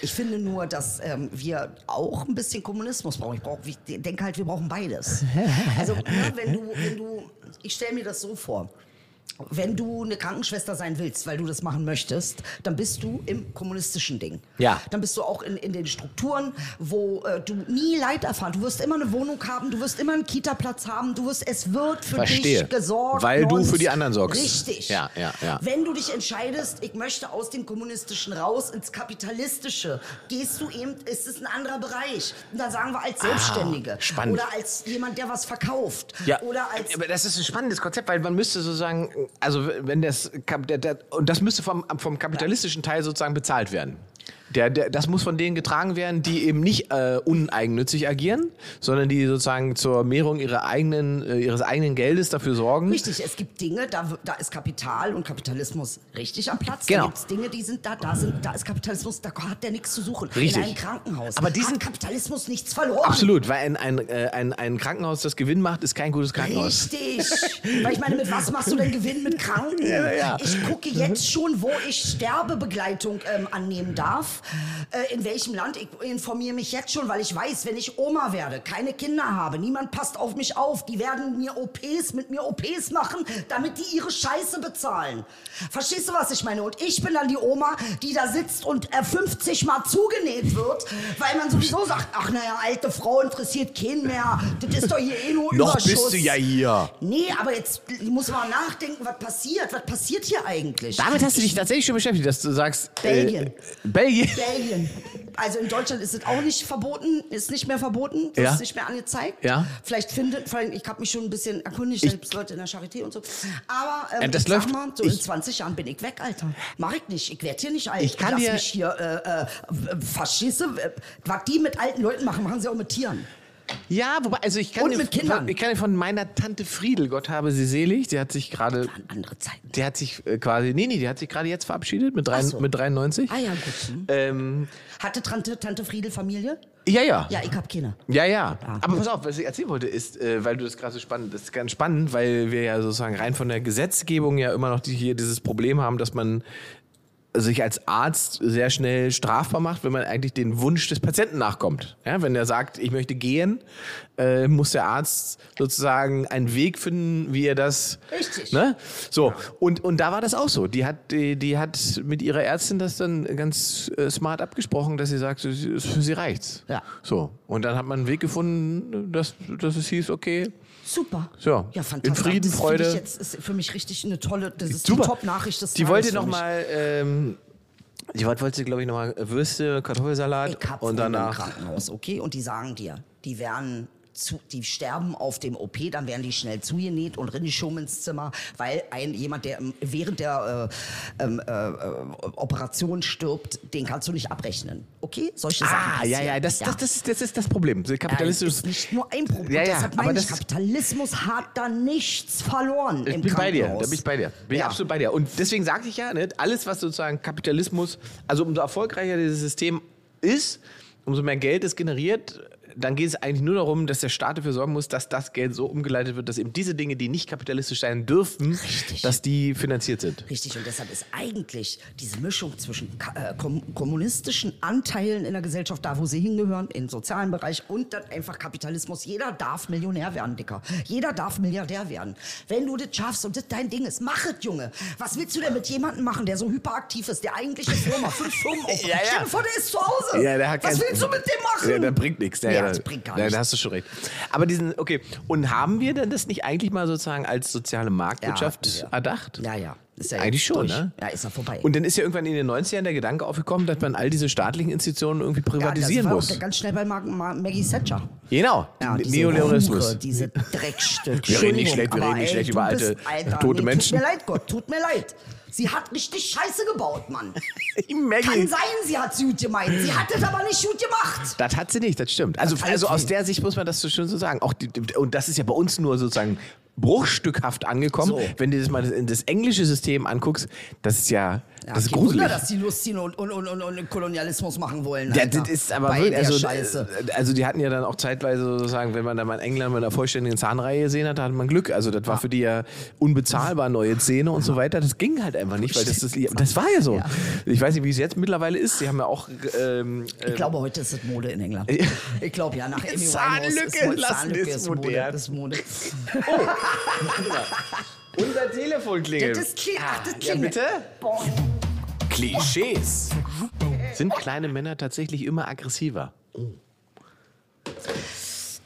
Speaker 1: Ich finde nur, dass ähm, wir auch ein bisschen Kommunismus brauchen. Ich, brauch, ich denke halt, wir brauchen beides. Also ne, wenn du, wenn du, ich stelle mir das so vor. wenn du eine Krankenschwester sein willst, weil du das machen möchtest, dann bist du im kommunistischen Ding.
Speaker 3: Ja.
Speaker 1: Dann bist du auch in, in den Strukturen, wo äh, du nie Leid erfahren. Du wirst immer eine Wohnung haben, du wirst immer einen Kita-Platz haben, du wirst, es wird für
Speaker 3: Verstehe.
Speaker 1: dich gesorgt.
Speaker 3: Weil du
Speaker 1: nonst-
Speaker 3: für die anderen sorgst.
Speaker 1: Richtig.
Speaker 3: Ja, ja, ja.
Speaker 1: Wenn du dich entscheidest, ich möchte aus dem kommunistischen raus ins kapitalistische, gehst du eben, ist es ein anderer Bereich. Und dann sagen wir als Selbstständige.
Speaker 3: Ah, spannend.
Speaker 1: Oder als jemand, der was verkauft. Oder als
Speaker 2: aber das ist ein spannendes Konzept, weil man müsste so sagen, also wenn das Kap- der, der, und das müsste vom, vom kapitalistischen Teil sozusagen bezahlt werden. Der, der, das muss von denen getragen werden, die eben nicht äh, uneigennützig agieren, sondern die sozusagen zur Mehrung ihrer eigenen, äh, ihres eigenen Geldes dafür sorgen.
Speaker 1: Richtig, es gibt Dinge, da, w- da ist Kapital und Kapitalismus richtig am Platz.
Speaker 2: Genau.
Speaker 1: Da gibt es Dinge, die sind da, da, sind, da ist Kapitalismus, da hat der nichts zu suchen.
Speaker 2: Richtig.
Speaker 1: In einem Krankenhaus.
Speaker 2: Aber diesen-
Speaker 1: hat Kapitalismus nichts verloren.
Speaker 2: Absolut, weil ein, ein, äh, ein, ein Krankenhaus, das Gewinn macht, ist kein gutes Krankenhaus.
Speaker 1: Richtig. Weil ich meine, mit was machst du denn Gewinn mit Kranken?
Speaker 2: Ja, ja.
Speaker 1: Ich gucke jetzt schon, wo ich Sterbebegleitung ähm, annehmen darf. Äh, in welchem Land. Ich informiere mich jetzt schon, weil ich weiß, wenn ich Oma werde, keine Kinder habe, niemand passt auf mich auf. Die werden mir OPs mit mir OPs machen, damit die ihre Scheiße bezahlen. Verstehst du, was ich meine? Und ich bin dann die Oma, die da sitzt und äh, 50 Mal zugenäht wird, weil man sowieso sagt, ach naja, alte Frau interessiert keinen mehr. Das ist doch hier eh nur
Speaker 2: Noch
Speaker 1: Überschuss.
Speaker 2: bist du ja hier.
Speaker 1: Nee, aber jetzt muss man nachdenken, was passiert? Was passiert hier eigentlich?
Speaker 2: Damit hast du dich tatsächlich schon beschäftigt, dass du sagst,
Speaker 1: Belgien.
Speaker 2: Äh, Belgien.
Speaker 1: Belgien. Also in Deutschland ist es auch nicht verboten, ist nicht mehr verboten, ist
Speaker 2: Ja.
Speaker 1: nicht mehr angezeigt.
Speaker 2: Ja.
Speaker 1: Vielleicht findet, vielleicht, ich habe mich schon ein bisschen erkundigt, da gibt es Leute in der Charité und so. Aber ähm,
Speaker 2: Äh, das
Speaker 1: ich sag
Speaker 2: läuft-
Speaker 1: mal, so
Speaker 2: ich-
Speaker 1: in 20 Jahren bin ich weg, Alter. Mach ich nicht, ich werde hier nicht alt.
Speaker 2: Ich kann
Speaker 1: Lass
Speaker 2: dir-
Speaker 1: mich hier, äh, äh, w- Faschisse, äh, was die mit alten Leuten machen, machen sie auch mit Tieren.
Speaker 2: Ja, wobei, also ich kann,
Speaker 1: Und
Speaker 2: dir
Speaker 1: mit Kindern.
Speaker 2: Von, ich kann dir von meiner Tante Friedel, Gott habe sie selig, die hat sich gerade,
Speaker 1: Andere Zeiten.
Speaker 2: die hat sich äh, quasi, nee, nee, die hat sich gerade jetzt verabschiedet mit, drei,
Speaker 1: Ach so.
Speaker 2: mit 93.
Speaker 1: Ah ja, gut. Hm.
Speaker 2: Ähm,
Speaker 1: Hatte Tante, Tante Friedel Familie?
Speaker 2: ja, ja.
Speaker 1: Ja, ich habe keine.
Speaker 2: Ja, ja. Aber pass auf, was ich erzählen wollte, ist, äh, weil du das gerade so spannend, das ist ganz spannend, weil wir ja sozusagen rein von der Gesetzgebung ja immer noch die, hier dieses Problem haben, dass man sich als Arzt sehr schnell strafbar macht, wenn man eigentlich den Wunsch des Patienten nachkommt. Ja, wenn er sagt, ich möchte gehen, äh, muss der Arzt sozusagen einen Weg finden, wie er das.
Speaker 1: Richtig.
Speaker 2: Ne? So und und da war das auch so. Die hat die, die hat mit ihrer Ärztin das dann ganz äh, smart abgesprochen, dass sie sagt, sie- sie- für sie reicht's.
Speaker 1: Ja.
Speaker 2: So und dann hat man einen Weg gefunden, dass dass es hieß, okay,
Speaker 1: Super.
Speaker 2: Ja.
Speaker 1: ja fantastisch.
Speaker 2: In Frieden,
Speaker 1: das
Speaker 2: Freude.
Speaker 1: Finde ich jetzt, ist für mich richtig eine tolle, das ist die Top-Nachricht des
Speaker 2: Die
Speaker 1: Tages
Speaker 2: wollte
Speaker 1: für
Speaker 2: noch
Speaker 1: mich.
Speaker 2: mal. Ähm, die wollte, wollte glaube ich, nochmal Würste, Kartoffelsalat
Speaker 1: Ich hab
Speaker 2: und
Speaker 1: Freunde im
Speaker 2: danach.
Speaker 1: Krankenhaus, okay? Und die sagen dir, die werden zu, die sterben auf dem OP, dann werden die schnell zugenäht und reingeschoben ins Zimmer, weil ein jemand, der im- während der äh, ähm, äh, äh, Operation stirbt, den kannst du nicht abrechnen, okay? Solche Sachen
Speaker 2: Ah, ja,
Speaker 1: passieren.
Speaker 2: ja, das, Das, das, ist, das ist das Problem. So Kapitalistisches.
Speaker 1: ist nicht nur ein Problem.
Speaker 2: Ja, ja,
Speaker 1: Deshalb
Speaker 2: aber
Speaker 1: meine ich,
Speaker 2: das-
Speaker 1: Kapitalismus hat da nichts verloren
Speaker 2: Ich
Speaker 1: im
Speaker 2: bin bei dir,
Speaker 1: Krankenhaus.
Speaker 2: da bin ich bei dir. Bin ich
Speaker 1: Ja.
Speaker 2: absolut bei dir. Und deswegen sage ich ja, ne, alles, was sozusagen Kapitalismus, also umso erfolgreicher dieses System ist, umso mehr Geld es generiert, dann geht es eigentlich nur darum, dass der Staat dafür sorgen muss, dass das Geld so umgeleitet wird, dass eben diese Dinge, die nicht kapitalistisch sein dürften, dass die finanziert sind.
Speaker 1: Richtig, und deshalb ist eigentlich diese Mischung zwischen ka- äh, kom kommunistischen Anteilen in der Gesellschaft, da wo sie hingehören, im sozialen Bereich und dann einfach Kapitalismus. Jeder darf Millionär werden, Dicker. Jeder darf Milliardär werden. Wenn du das schaffst und das dein Ding ist, mach es, Junge. Was willst du denn mit jemandem machen, der so hyperaktiv ist, der eigentlich eine Firma, fünf Firmen aufbaut?
Speaker 2: Ja, ja.
Speaker 1: Stell dir vor, der ist zu Hause.
Speaker 2: Ja, der hat
Speaker 1: Was
Speaker 2: kein-
Speaker 1: willst du mit dem machen?
Speaker 2: Ja, der bringt nichts. Ja,
Speaker 1: Nee,
Speaker 2: ja,
Speaker 1: das bringt gar
Speaker 2: ja,
Speaker 1: nichts.
Speaker 2: Da hast du schon recht. Aber diesen, okay. Und haben wir denn das nicht eigentlich mal sozusagen als soziale Marktwirtschaft
Speaker 1: Ja, ja.
Speaker 2: erdacht?
Speaker 1: Ja, ja. Ist ja jetzt
Speaker 2: Eigentlich schon,
Speaker 1: durch.
Speaker 2: ne?
Speaker 1: Ja, ist ja vorbei.
Speaker 2: Und dann ist ja irgendwann in den 90ern der Gedanke aufgekommen, dass man all diese staatlichen Institutionen irgendwie privatisieren
Speaker 1: ja, das war auch
Speaker 2: muss.
Speaker 1: Ganz schnell bei Mag Ma Maggie Thatcher.
Speaker 2: Genau,
Speaker 1: Ja, diese
Speaker 2: Neoliberalismus.
Speaker 1: Hure, diese Dreckstück.
Speaker 2: Wir reden nicht
Speaker 1: Entschuldigung,
Speaker 2: schlecht, wir
Speaker 1: aber
Speaker 2: reden nicht
Speaker 1: ey,
Speaker 2: schlecht
Speaker 1: du
Speaker 2: über alte,
Speaker 1: bist- Alter,
Speaker 2: tote
Speaker 1: nee,
Speaker 2: Menschen.
Speaker 1: Tut mir leid, Gott, tut mir leid. Sie hat richtig Scheiße gebaut, Mann.
Speaker 2: Die Maggie.
Speaker 1: Kann sein, sie hat's gut gemeint. Sie hat es aber nicht gut gemacht.
Speaker 2: Das hat sie nicht, das stimmt. Also,
Speaker 1: hat
Speaker 2: also
Speaker 1: sie.
Speaker 2: aus der Sicht muss man das so schön so sagen. Auch die, und das ist ja bei uns nur sozusagen bruchstückhaft angekommen.
Speaker 1: So.
Speaker 2: Wenn du dir das mal das, das englische System anguckst, das ist ja,
Speaker 1: Ja,
Speaker 2: das ist
Speaker 1: kein
Speaker 2: gruselig.
Speaker 1: Wunder, dass die Lustine und, und, und, und, und Kolonialismus machen wollen.
Speaker 2: ja,
Speaker 1: Alter.
Speaker 2: das ist aber
Speaker 1: Bei
Speaker 2: wirklich,
Speaker 1: der
Speaker 2: also,
Speaker 1: Scheiße.
Speaker 2: äh, also die hatten ja dann auch zeitweise sozusagen, wenn man da mal in England mit einer vollständigen Zahnreihe gesehen hat, da hatte man Glück. Also das war für die ja unbezahlbar neue Zähne und so weiter. Das ging halt einfach nicht, weil das ist, das war ja so. Ich weiß nicht, wie es jetzt mittlerweile ist. Sie haben ja auch ähm,
Speaker 1: Ich glaube, heute ist es Mode in England. Ich glaube ja, nach Emmy Winehouse
Speaker 2: Zahnlücke
Speaker 1: ist Mode,
Speaker 2: lassen
Speaker 1: Zahnlücke
Speaker 2: ist
Speaker 1: ist Mode.
Speaker 2: modern.
Speaker 1: Ist Mode.
Speaker 2: Unser Telefon klingelt.
Speaker 1: Das ist kling, ach, das
Speaker 2: ja,
Speaker 1: klingelt.
Speaker 2: bitte?
Speaker 1: Boah.
Speaker 2: Klischees. Sind kleine Männer tatsächlich immer aggressiver?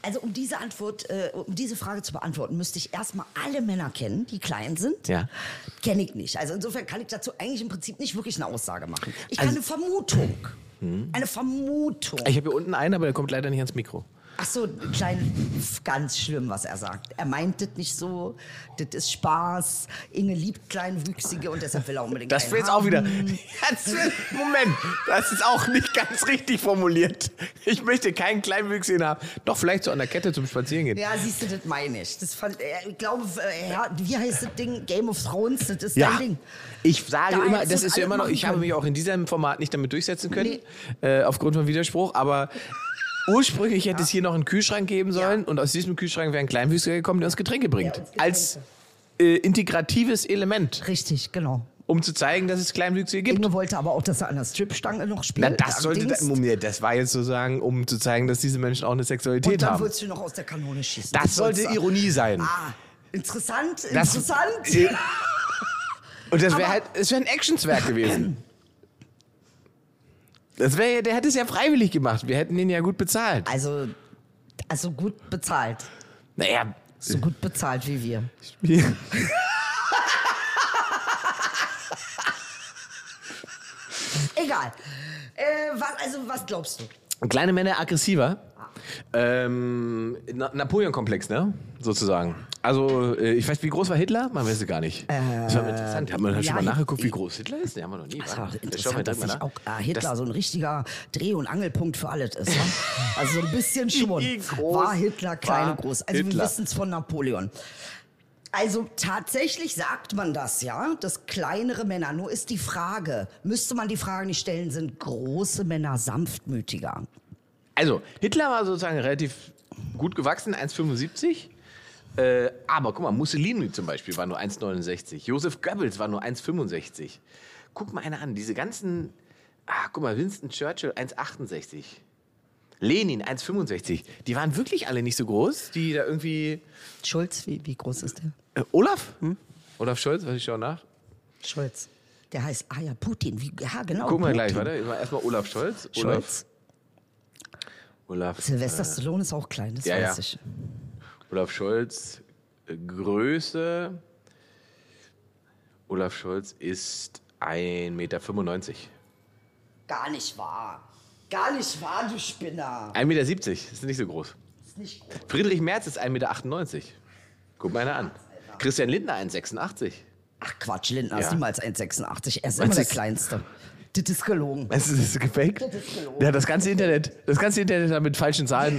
Speaker 1: Also um diese Antwort, äh, um diese Frage zu beantworten, müsste ich erstmal alle Männer kennen, die klein sind.
Speaker 2: Ja.
Speaker 1: Kenne ich nicht. Also insofern kann ich dazu eigentlich im Prinzip nicht wirklich eine Aussage machen. Ich kann eine Vermutung. Eine Vermutung.
Speaker 2: Also Hm? Ich habe hier unten einen, aber der kommt leider nicht ans Mikro.
Speaker 1: Ach so, klein, pf, ganz schlimm, was er sagt. Er meint das nicht so. Das ist Spaß. Inge liebt Kleinwüchsige und deshalb will er unbedingt.
Speaker 2: Das
Speaker 1: einen
Speaker 2: wäre jetzt auch
Speaker 1: haben.
Speaker 2: wieder. Das, Moment, das ist auch nicht ganz richtig formuliert. Ich möchte keinen Kleinwüchsigen haben. Doch, vielleicht so an der Kette zum Spazierengehen.
Speaker 1: Ja, siehst du, das meine ich. Das fand, äh, ich glaube, äh, ja, wie heißt das Ding? Game of Thrones, das ist dein Ding.
Speaker 2: ich sage
Speaker 1: Da
Speaker 2: immer,
Speaker 1: hättest
Speaker 2: das
Speaker 1: du's
Speaker 2: ist ja
Speaker 1: alle
Speaker 2: immer noch,
Speaker 1: machen
Speaker 2: ich habe
Speaker 1: können.
Speaker 2: mich auch in diesem Format nicht damit durchsetzen können, äh, aufgrund von Widerspruch, aber ursprünglich hätte es hier noch einen Kühlschrank geben sollen und aus diesem Kühlschrank wäre ein Kleinwüchsiger gekommen, der uns Getränke bringt.
Speaker 1: uns Getränke.
Speaker 2: Als äh, integratives Element,
Speaker 1: Richtig, genau.
Speaker 2: um zu zeigen, dass es Kleinwüchsige gibt.
Speaker 1: Inge wollte aber auch, dass er an der Stripstange noch spielt.
Speaker 2: Na, das sollte,
Speaker 1: Äh, Dings.
Speaker 2: da, Moment, das war jetzt sozusagen, um zu zeigen, dass diese Menschen auch eine Sexualität
Speaker 1: Und dann
Speaker 2: haben.
Speaker 1: wolltest du noch aus der Kanone schießen.
Speaker 2: Das sollte
Speaker 1: soll's-
Speaker 2: Ironie sein.
Speaker 1: Ah, interessant,
Speaker 2: Das-
Speaker 1: interessant.
Speaker 2: Äh, Und das wäre
Speaker 1: Aber-
Speaker 2: halt, es wäre ein Actionswerk gewesen. Das wäre, ja- der hätte es ja freiwillig gemacht. Wir hätten ihn ja gut bezahlt.
Speaker 1: Also, also gut bezahlt.
Speaker 2: Naja,
Speaker 1: So gut bezahlt wie wir.
Speaker 2: wir-
Speaker 1: Egal. Äh, was, also, was glaubst du?
Speaker 2: kleine Männer aggressiver. Ähm, Na Napoleon-Komplex, ne? Sozusagen. Also, äh, ich weiß, wie groß war Hitler? Man weiß es gar nicht. das war mal interessant. Haben wir da
Speaker 1: Äh, ja,
Speaker 2: schon mal
Speaker 1: Hit-
Speaker 2: nachgeguckt, wie groß Hitler ist? Ne, haben wir noch nie.
Speaker 1: Das ist
Speaker 2: wa?
Speaker 1: auch
Speaker 2: Schauen wir
Speaker 1: interessant, dass
Speaker 2: direkt mal
Speaker 1: sich
Speaker 2: nach.
Speaker 1: auch äh, Hitler
Speaker 2: ne? Das-
Speaker 1: so ein richtiger Dreh- und Angelpunkt für alles ist. Ja? Also so ein bisschen schon.
Speaker 2: Wie groß
Speaker 1: War Hitler klein
Speaker 2: war
Speaker 1: und groß. Also wir
Speaker 2: Hitler?
Speaker 1: wissen es von Napoleon. Also tatsächlich sagt man das, ja, dass kleinere Männer, nur ist die Frage, müsste man die Frage nicht stellen, sind große Männer sanftmütiger?
Speaker 2: Also, Hitler war sozusagen relativ gut gewachsen, 1,75. Äh, aber guck mal, Mussolini zum Beispiel war nur 1,69. Joseph Goebbels war nur 1,65. Guck mal einer an, diese ganzen. Ah, guck mal, Winston Churchill 1,68. Lenin 1,65. Die waren wirklich alle nicht so groß, die da irgendwie.
Speaker 1: Schulz, wie, wie groß ist der?
Speaker 2: Äh, Olaf? Olaf Scholz, was ich schaue nach.
Speaker 1: Schulz. Der heißt, ah ja, Putin. Wie, ja, genau.
Speaker 2: Gucken wir
Speaker 1: Putin.
Speaker 2: gleich, warte. Erstmal Olaf Scholz.
Speaker 1: Scholz.
Speaker 2: Olaf, Olaf,
Speaker 1: Silvester Stallone ist auch klein, das
Speaker 2: ja,
Speaker 1: weiß
Speaker 2: ja.
Speaker 1: ich.
Speaker 2: Olaf Scholz äh, Größe. Olaf Scholz ist 1,95 Meter.
Speaker 1: Gar nicht wahr. Gar nicht wahr, du Spinner.
Speaker 2: 1,70 Meter, ist nicht so groß.
Speaker 1: Ist nicht groß.
Speaker 2: Friedrich Merz ist 1,98 Meter. Guck mal einer an. Christian Lindner 1,86.
Speaker 1: Ach Quatsch, Lindner ist
Speaker 2: Ja.
Speaker 1: niemals 1,86. Er ist
Speaker 2: Meinst
Speaker 1: immer der
Speaker 2: du's?
Speaker 1: Kleinste. Das ist gelogen.
Speaker 2: Weißt du, das ist gefaked?
Speaker 1: Das ist gelogen.
Speaker 2: Ja, das ganze Internet, das ganze Internet hat mit falschen Zahlen.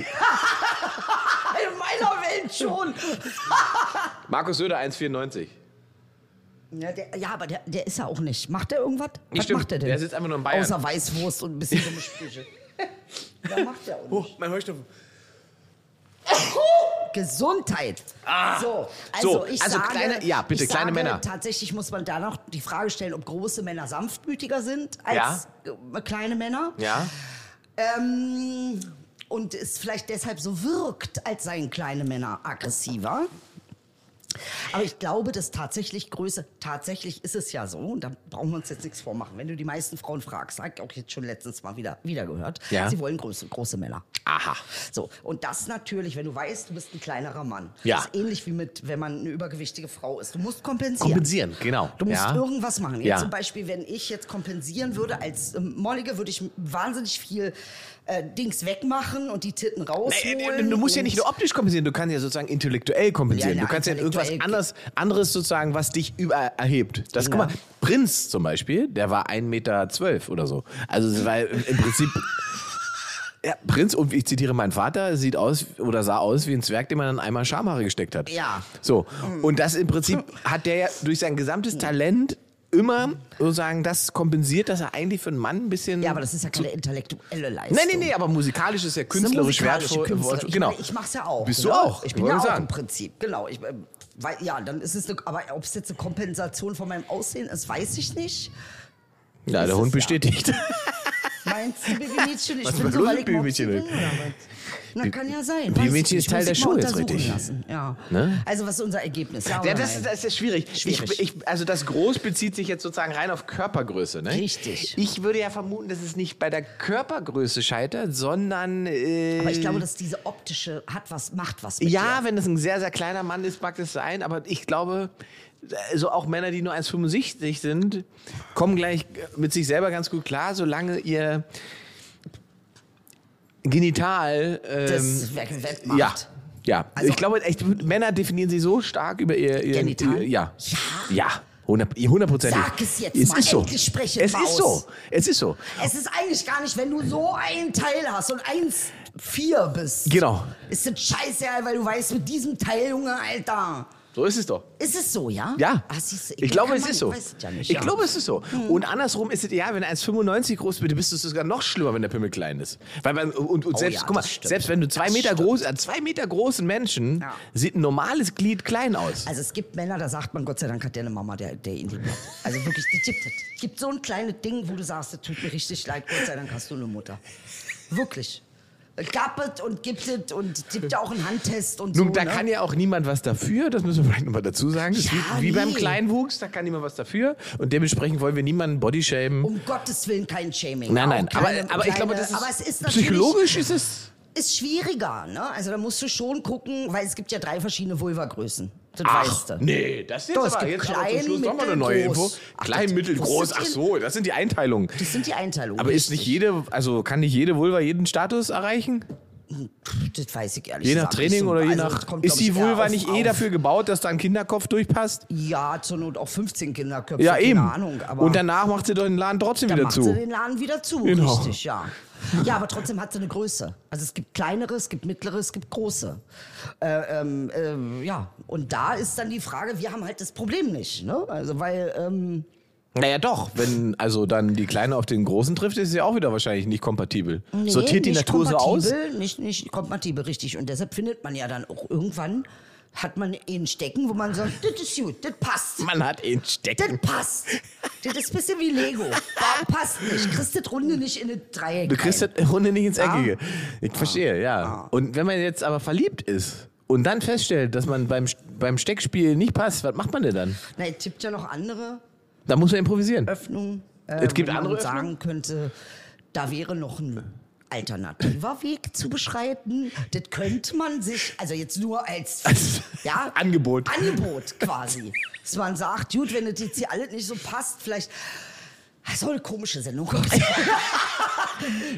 Speaker 1: In meiner Welt schon.
Speaker 2: Markus Söder 1,94.
Speaker 1: Ja, der, ja aber der, der ist ja auch nicht. Macht der irgendwas? Was
Speaker 2: stimmt.
Speaker 1: macht der denn?
Speaker 2: Der sitzt einfach nur in Bayern.
Speaker 1: Außer Weißwurst und ein bisschen dumme Sprüche. Da macht der auch nicht.
Speaker 2: mein Heuschnupfen.
Speaker 1: Gesundheit. so, also
Speaker 2: Ah. so,
Speaker 1: ich
Speaker 2: also
Speaker 1: sage,
Speaker 2: kleine- ja, bitte,
Speaker 1: ich
Speaker 2: kleine
Speaker 1: sage,
Speaker 2: Männer.
Speaker 1: Tatsächlich muss man da noch die Frage stellen, ob große Männer sanftmütiger sind
Speaker 2: Ja.
Speaker 1: als äh, kleine Männer.
Speaker 2: Ja.
Speaker 1: Ähm, und es vielleicht deshalb so wirkt, als seien kleine Männer aggressiver. Aber ich glaube, dass tatsächlich Größe, tatsächlich ist es ja so, und da brauchen wir uns jetzt nichts vormachen. Wenn du die meisten Frauen fragst, hab ich auch jetzt schon letztens mal wieder, wieder gehört,
Speaker 2: Ja.
Speaker 1: sie wollen Größe, große Männer.
Speaker 2: Aha.
Speaker 1: So, und das natürlich, wenn du weißt, du bist ein kleinerer Mann.
Speaker 2: Ja.
Speaker 1: Das ist ähnlich wie mit, wenn man eine übergewichtige Frau ist. Du musst kompensieren.
Speaker 2: Kompensieren, genau.
Speaker 1: Du musst
Speaker 2: ja.
Speaker 1: irgendwas machen. Jetzt
Speaker 2: Ja.
Speaker 1: zum Beispiel, wenn ich jetzt kompensieren würde als ähm, Mollige, würde ich wahnsinnig viel äh, Dings wegmachen und die Titten
Speaker 2: Nee,
Speaker 1: rausholen.
Speaker 2: du musst ja
Speaker 1: und-
Speaker 2: nicht nur optisch kompensieren, du kannst ja sozusagen intellektuell kompensieren.
Speaker 1: Ja, ja,
Speaker 2: du kannst ja irgendwas
Speaker 1: intellektuell-
Speaker 2: anderes, anderes sozusagen, was dich über erhebt. Das, guck
Speaker 1: Ja.
Speaker 2: mal, Prinz zum Beispiel, der war 1,12 Meter oder so. Also es war im im Prinzip... Ja, Prinz, und ich zitiere meinen Vater, sieht aus oder sah aus wie ein Zwerg, den man in einmal Schamhaare gesteckt hat.
Speaker 1: Ja.
Speaker 2: So. Und das im Prinzip hat der ja durch sein gesamtes Talent immer sozusagen das kompensiert, dass er eigentlich für einen Mann ein bisschen.
Speaker 1: Ja, aber das ist ja keine intellektuelle Leistung.
Speaker 2: Nein, nein, nein, aber musikalisch ist ja
Speaker 1: Das ist eine
Speaker 2: künstlerisch
Speaker 1: musikalische
Speaker 2: wertvoll.
Speaker 1: Künstlerin. Ich,
Speaker 2: Genau.
Speaker 1: meine, ich mach's ja auch.
Speaker 2: Bist du
Speaker 1: ne?
Speaker 2: auch,
Speaker 1: Ich bin
Speaker 2: wollte
Speaker 1: ja auch
Speaker 2: sagen.
Speaker 1: im Prinzip. Genau. Ich, ähm, weil, ja, dann ist es eine, aber ob es jetzt eine Kompensation von meinem Aussehen ist, weiß ich nicht.
Speaker 2: Ja,
Speaker 1: Ist
Speaker 2: der
Speaker 1: es
Speaker 2: Hund
Speaker 1: ja.
Speaker 2: bestätigt.
Speaker 1: Mein meinst du Bibi-Mädchen? Ich
Speaker 4: Was
Speaker 1: bin
Speaker 4: war
Speaker 1: so,
Speaker 4: los
Speaker 1: weil ich
Speaker 4: mit
Speaker 1: Mopsi bin
Speaker 4: Bibi-Mädchen?
Speaker 1: oder was? Na, kann ja sein.
Speaker 4: Bibi-Mädchen
Speaker 1: Weiß ich nicht.
Speaker 4: ist Teil
Speaker 1: Muss
Speaker 4: der
Speaker 1: ich mal
Speaker 4: Show jetzt,
Speaker 1: untersuchen
Speaker 4: richtig.
Speaker 1: lassen. Ja.
Speaker 4: Ne?
Speaker 1: Also was ist unser Ergebnis? Ja,
Speaker 2: Ja,
Speaker 1: oder
Speaker 2: das ist,
Speaker 1: nein?
Speaker 2: das ist schwierig.
Speaker 1: Schwierig.
Speaker 2: Ich, ich, also das Groß bezieht sich jetzt sozusagen rein auf Körpergröße, ne?
Speaker 1: Richtig.
Speaker 2: Ich würde ja vermuten, dass es nicht bei der Körpergröße scheitert, sondern äh,
Speaker 1: Aber ich glaube, dass diese optische hat was, macht was mit
Speaker 2: ja,
Speaker 1: dir.
Speaker 2: wenn es ein sehr, sehr kleiner Mann ist, mag das sein, aber ich glaube, so auch Männer, die nur 1,65 sind, kommen gleich mit sich selber ganz gut klar, solange ihr Genital ähm,
Speaker 1: Das Werk- Wettmacht.
Speaker 2: ja. Ja,
Speaker 1: Also-
Speaker 2: ich glaube, echt, Männer definieren sich so stark über ihr, ihr
Speaker 1: Genital?
Speaker 2: Ihr, ja. Ja. Hundert- Hundertprozentig.
Speaker 1: Sag es jetzt mal,
Speaker 2: Ist so.
Speaker 1: endlich
Speaker 2: Es
Speaker 1: spreche es
Speaker 2: ist
Speaker 1: mal aus.
Speaker 2: so. Es ist so.
Speaker 1: Es ist eigentlich gar nicht, wenn du so einen Teil hast und eins vier bist.
Speaker 2: Genau.
Speaker 1: Ist das scheiße, weil du weißt, mit diesem Teil, Junge, Alter.
Speaker 2: So ist es doch.
Speaker 1: Ist es so, ja?
Speaker 2: Ja.
Speaker 1: Ah, siehst du,
Speaker 2: ich glaube,
Speaker 1: kann
Speaker 2: es
Speaker 1: man-
Speaker 2: ist so.
Speaker 1: Ich, weiß es ja nicht,
Speaker 2: ich
Speaker 1: ja. Hm.
Speaker 2: glaube, es ist so. Und andersrum ist es, ja, wenn du 1,95 groß bist, bist du sogar noch schlimmer, wenn der Pimmel klein ist. Weil man, und, und selbst,
Speaker 1: Oh ja,
Speaker 2: guck mal,
Speaker 1: das stimmt.
Speaker 2: selbst wenn du zwei
Speaker 1: Das
Speaker 2: Meter groß, äh, zwei Meter großen Menschen,
Speaker 1: Ja.
Speaker 2: sieht ein normales Glied klein aus.
Speaker 1: Also es gibt Männer, da sagt man, Gott sei Dank hat der eine Mama, der, der ihn liebt. Also wirklich, die gibt es. Es gibt so ein kleines Ding, wo du sagst, das tut mir richtig leid, Gott sei Dank hast du eine Mutter. Wirklich. Es Gab es und gibt es und es gibt ja auch einen Handtest und
Speaker 2: Nun,
Speaker 1: so.
Speaker 2: da
Speaker 1: ne?
Speaker 2: kann ja auch niemand was dafür, das müssen wir vielleicht nochmal dazu sagen. Das ist
Speaker 1: Ja,
Speaker 2: wie, wie beim
Speaker 1: nee.
Speaker 2: Kleinwuchs, da kann niemand was dafür. Und dementsprechend wollen wir niemanden bodyshamen.
Speaker 1: um Gottes Willen kein Shaming.
Speaker 2: Nein,
Speaker 1: Auch
Speaker 2: nein, aber,
Speaker 1: keine-
Speaker 2: aber ich glaube,
Speaker 1: keine-
Speaker 2: das ist,
Speaker 1: genau, aber es ist natürlich-
Speaker 2: psychologisch ist es.
Speaker 1: ist schwieriger, ne? Also da musst du schon gucken, weil es gibt ja drei verschiedene Vulvagrößen. Das weißt du.
Speaker 2: nee, das ist jetzt
Speaker 1: Doch, es
Speaker 2: aber,
Speaker 1: gibt
Speaker 2: jetzt aber zum
Speaker 1: klein,
Speaker 2: Schluss nochmal eine
Speaker 1: mittel,
Speaker 2: neue Info.
Speaker 1: groß. Ach,
Speaker 2: Klein,
Speaker 1: das-
Speaker 2: mittel,
Speaker 1: das
Speaker 2: groß,
Speaker 1: sind
Speaker 2: ach
Speaker 1: die-
Speaker 2: so, das sind die Einteilungen.
Speaker 1: Das sind die Einteilungen.
Speaker 2: Aber ist nicht jede, also kann nicht jede Vulva jeden Status erreichen?
Speaker 1: Das weiß ich ehrlich
Speaker 2: Je nach
Speaker 1: gesagt nicht
Speaker 2: Training
Speaker 1: so.
Speaker 2: oder je
Speaker 1: Also,
Speaker 2: nach.
Speaker 1: das kommt,
Speaker 2: ist
Speaker 1: glaub ich,
Speaker 2: die
Speaker 1: eher
Speaker 2: Vulva
Speaker 1: auf-
Speaker 2: nicht eh
Speaker 1: auf-
Speaker 2: dafür gebaut, dass da ein Kinderkopf durchpasst?
Speaker 1: Ja, zur Not auch 15 Kinderköpfe.
Speaker 2: Ja,
Speaker 1: keine
Speaker 2: eben.
Speaker 1: Ahnung, aber
Speaker 2: Und danach macht sie doch den Laden trotzdem
Speaker 1: dann
Speaker 2: wieder
Speaker 1: macht sie
Speaker 2: zu.
Speaker 1: den Laden wieder zu.
Speaker 2: Genau.
Speaker 1: Richtig, ja. Ja, aber trotzdem hat sie eine Größe. Also es gibt kleinere, es gibt mittlere, es gibt große. Äh, ähm, ähm, ja, und da ist dann die Frage, wir haben halt das Problem nicht. Ne? Also weil, ähm,
Speaker 2: Naja, doch. Wenn also dann die Kleine auf den Großen trifft, ist sie auch wieder wahrscheinlich nicht kompatibel.
Speaker 1: nee,
Speaker 2: Sortiert die
Speaker 1: nicht
Speaker 2: Natur so aus?
Speaker 1: kompatibel, Nicht, nicht kompatibel, richtig. Und deshalb findet man ja dann auch irgendwann, hat man ihn stecken, wo man sagt, das ist gut, das passt.
Speaker 2: Man hat ihn
Speaker 1: Das
Speaker 2: stecken.
Speaker 1: passt. Das ist ein bisschen wie Lego. Da passt nicht. Kriegst das Runde nicht in eine Dreieck.
Speaker 2: Du kriegst
Speaker 1: rein.
Speaker 2: das Hunde nicht ins
Speaker 1: Ah.
Speaker 2: Eckige. Ich verstehe, ja. Und wenn man jetzt aber verliebt ist und dann feststellt, dass man beim, beim Steckspiel nicht passt, was macht man denn dann?
Speaker 1: Na, es tippt ja noch andere
Speaker 2: Da muss man improvisieren.
Speaker 1: Öffnungen. äh,
Speaker 2: Es gibt
Speaker 1: wo man
Speaker 2: andere
Speaker 1: sagen könnte, da wäre noch ein alternativer Weg zu beschreiten. Das könnte man sich, also jetzt nur als,
Speaker 2: Als
Speaker 1: ja,
Speaker 2: Angebot.
Speaker 1: Angebot quasi. Dass man sagt, gut, wenn das jetzt hier alles nicht so passt, vielleicht. Das ist auch eine komische Sendung.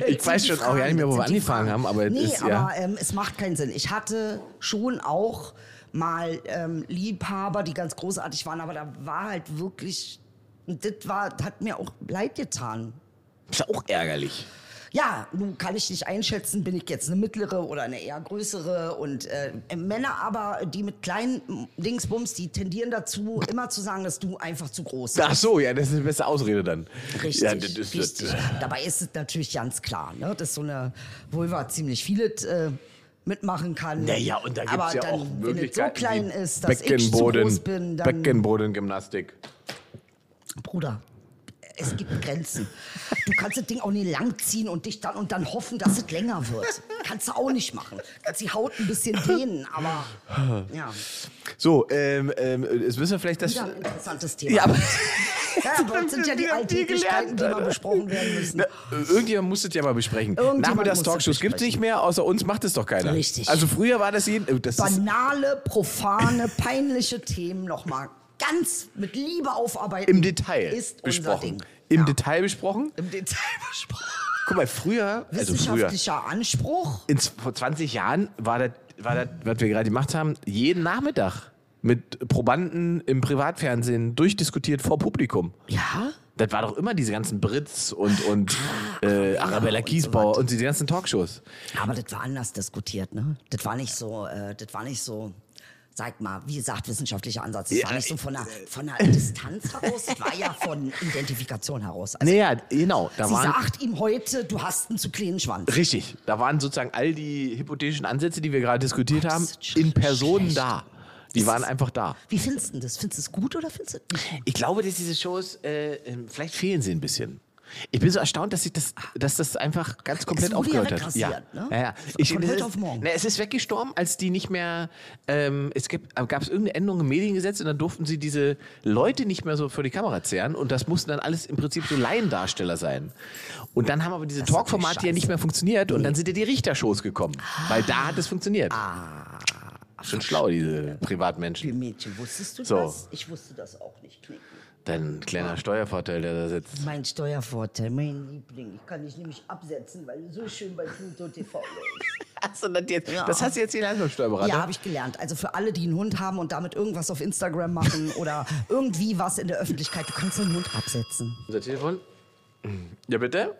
Speaker 2: Ich weiß schon auch gar nicht mehr, wo wir
Speaker 1: Das sind die
Speaker 2: angefangen
Speaker 1: Fragen.
Speaker 2: haben, aber es
Speaker 1: nee,
Speaker 2: ist,
Speaker 1: aber
Speaker 2: ja.
Speaker 1: ähm, es macht keinen Sinn. Ich hatte schon auch mal ähm, Liebhaber, die ganz großartig waren, aber da war halt wirklich, und das war, hat mir auch leid getan.
Speaker 2: Ist ja auch ärgerlich.
Speaker 1: Ja, nun kann ich nicht einschätzen, bin ich jetzt eine mittlere oder eine eher größere. Und äh, Männer aber, die mit kleinen Dingsbums, die tendieren dazu, immer zu sagen, dass du einfach zu groß bist.
Speaker 2: Ach so, ja, das ist eine beste Ausrede dann.
Speaker 1: Richtig,
Speaker 2: Ja, das ist, das-
Speaker 1: richtig. Dabei ist es natürlich ganz klar, ne, dass so eine Vulva ziemlich viele äh, mitmachen kann.
Speaker 2: Naja, und da gibt
Speaker 1: Aber
Speaker 2: es ja
Speaker 1: dann,
Speaker 2: auch
Speaker 1: wenn es so
Speaker 2: Möglichkeiten.
Speaker 1: klein
Speaker 2: wie
Speaker 1: ist, dass ich zu
Speaker 2: Beckenboden-
Speaker 1: groß bin, dann...
Speaker 2: Beckenbodengymnastik.
Speaker 1: Bruder, es gibt Grenzen. Du kannst das Ding auch nicht langziehen und dich dann und dann hoffen, dass es länger wird. Kannst du auch nicht machen. Kannst die Haut ein bisschen dehnen, aber ja,
Speaker 2: So, ähm, ähm, jetzt wissen wir vielleicht, dass.
Speaker 1: wieder ein interessantes Thema.
Speaker 2: Ja, aber-
Speaker 1: ja aber das sind ja die
Speaker 2: Wir haben viel
Speaker 1: Alltäglichkeiten, die
Speaker 2: gelernt,
Speaker 1: mal besprochen werden müssen.
Speaker 2: Na, äh, irgendjemand muss das ja mal besprechen.
Speaker 1: Irgendjemand muss
Speaker 2: Nachmittags-Talkshows
Speaker 1: das
Speaker 2: gibt es
Speaker 1: besprechen.
Speaker 2: nicht mehr, außer uns macht es doch keiner.
Speaker 1: Richtig.
Speaker 2: Also früher war das jeden. oh, Das ist,
Speaker 1: Banale, profane, peinliche Themen nochmal ganz mit Liebe aufarbeiten.
Speaker 2: Im Detail
Speaker 1: ist unser
Speaker 2: besprochen.
Speaker 1: Ding.
Speaker 2: Im
Speaker 1: Ja.
Speaker 2: Detail besprochen.
Speaker 1: Im Detail besprochen.
Speaker 2: Guck mal, früher, also früher,
Speaker 1: Wissenschaftlicher Anspruch.
Speaker 2: ins, vor 20 Jahren war das, war das, was wir gerade gemacht haben, jeden Nachmittag mit Probanden im Privatfernsehen durchdiskutiert vor Publikum.
Speaker 1: Ja.
Speaker 2: Das war doch immer diese ganzen Brits und, und äh, Arabella
Speaker 1: Ah, genau, und so Also
Speaker 2: Kiesbauer und diese ganzen Talkshows.
Speaker 1: Aber das war anders diskutiert, ne? Das war nicht so, äh, das war nicht so, sag mal, wie gesagt, wissenschaftlicher Ansatz. Das
Speaker 2: Ja, äh,
Speaker 1: war nicht so von einer, von einer Distanz heraus, das war ja von Identifikation heraus. Also,
Speaker 2: Naja, genau. Da
Speaker 1: sie
Speaker 2: waren,
Speaker 1: sagt ihm heute, du hast einen zu kleinen Schwanz.
Speaker 2: Richtig. Da waren sozusagen all die hypothetischen Ansätze, die wir gerade diskutiert
Speaker 1: Gott,
Speaker 2: haben,
Speaker 1: ist das sch-
Speaker 2: in Personen
Speaker 1: schlecht.
Speaker 2: da. Die waren einfach da.
Speaker 1: Wie findest du das? Findest du es gut oder findest du es nicht?
Speaker 2: Ich glaube, dass diese Shows, äh, ähm, vielleicht fehlen sie ein bisschen. Ich bin so erstaunt, dass, ich das, dass das einfach ganz komplett
Speaker 1: Ah. es wurde ja
Speaker 2: aufgehört hat. Ja.
Speaker 1: wegrasiert, ne?
Speaker 2: Ja, ja.
Speaker 1: Von
Speaker 2: Ich,
Speaker 1: heute
Speaker 2: das ist,
Speaker 1: auf morgen.
Speaker 2: Ne, es ist weggestorben, als die nicht mehr. Ähm, es gab es irgendeine Änderung im Mediengesetz und dann durften sie diese Leute nicht mehr so vor die Kamera zehren und das mussten dann alles im Prinzip so Laiendarsteller sein. Und dann haben aber diese
Speaker 1: ist
Speaker 2: Talkformate
Speaker 1: natürlich
Speaker 2: ja nicht mehr funktioniert und dann sind ja die Richtershows gekommen, weil da hat es funktioniert.
Speaker 1: Ah,
Speaker 2: Schon schlau, diese
Speaker 1: Ihr
Speaker 2: Privatmenschen.
Speaker 1: Mädchen, wusstest du
Speaker 2: So.
Speaker 1: das? Ich wusste das auch nicht. Knicken.
Speaker 2: Dein kleiner Steuervorteil, der da sitzt.
Speaker 1: Mein Steuervorteil, mein Liebling. Ich kann dich nämlich absetzen, weil du so schön bei Pluto TV läufst.
Speaker 2: Hast du das, jetzt,
Speaker 1: Ja.
Speaker 2: das hast du jetzt gelernt beim Steuerberater?
Speaker 1: Ja, habe ich gelernt. Also für alle, die einen Hund haben und damit irgendwas auf Instagram machen oder irgendwie was in der Öffentlichkeit, du kannst den Hund absetzen.
Speaker 2: Unser Telefon? Mhm. Ja, bitte?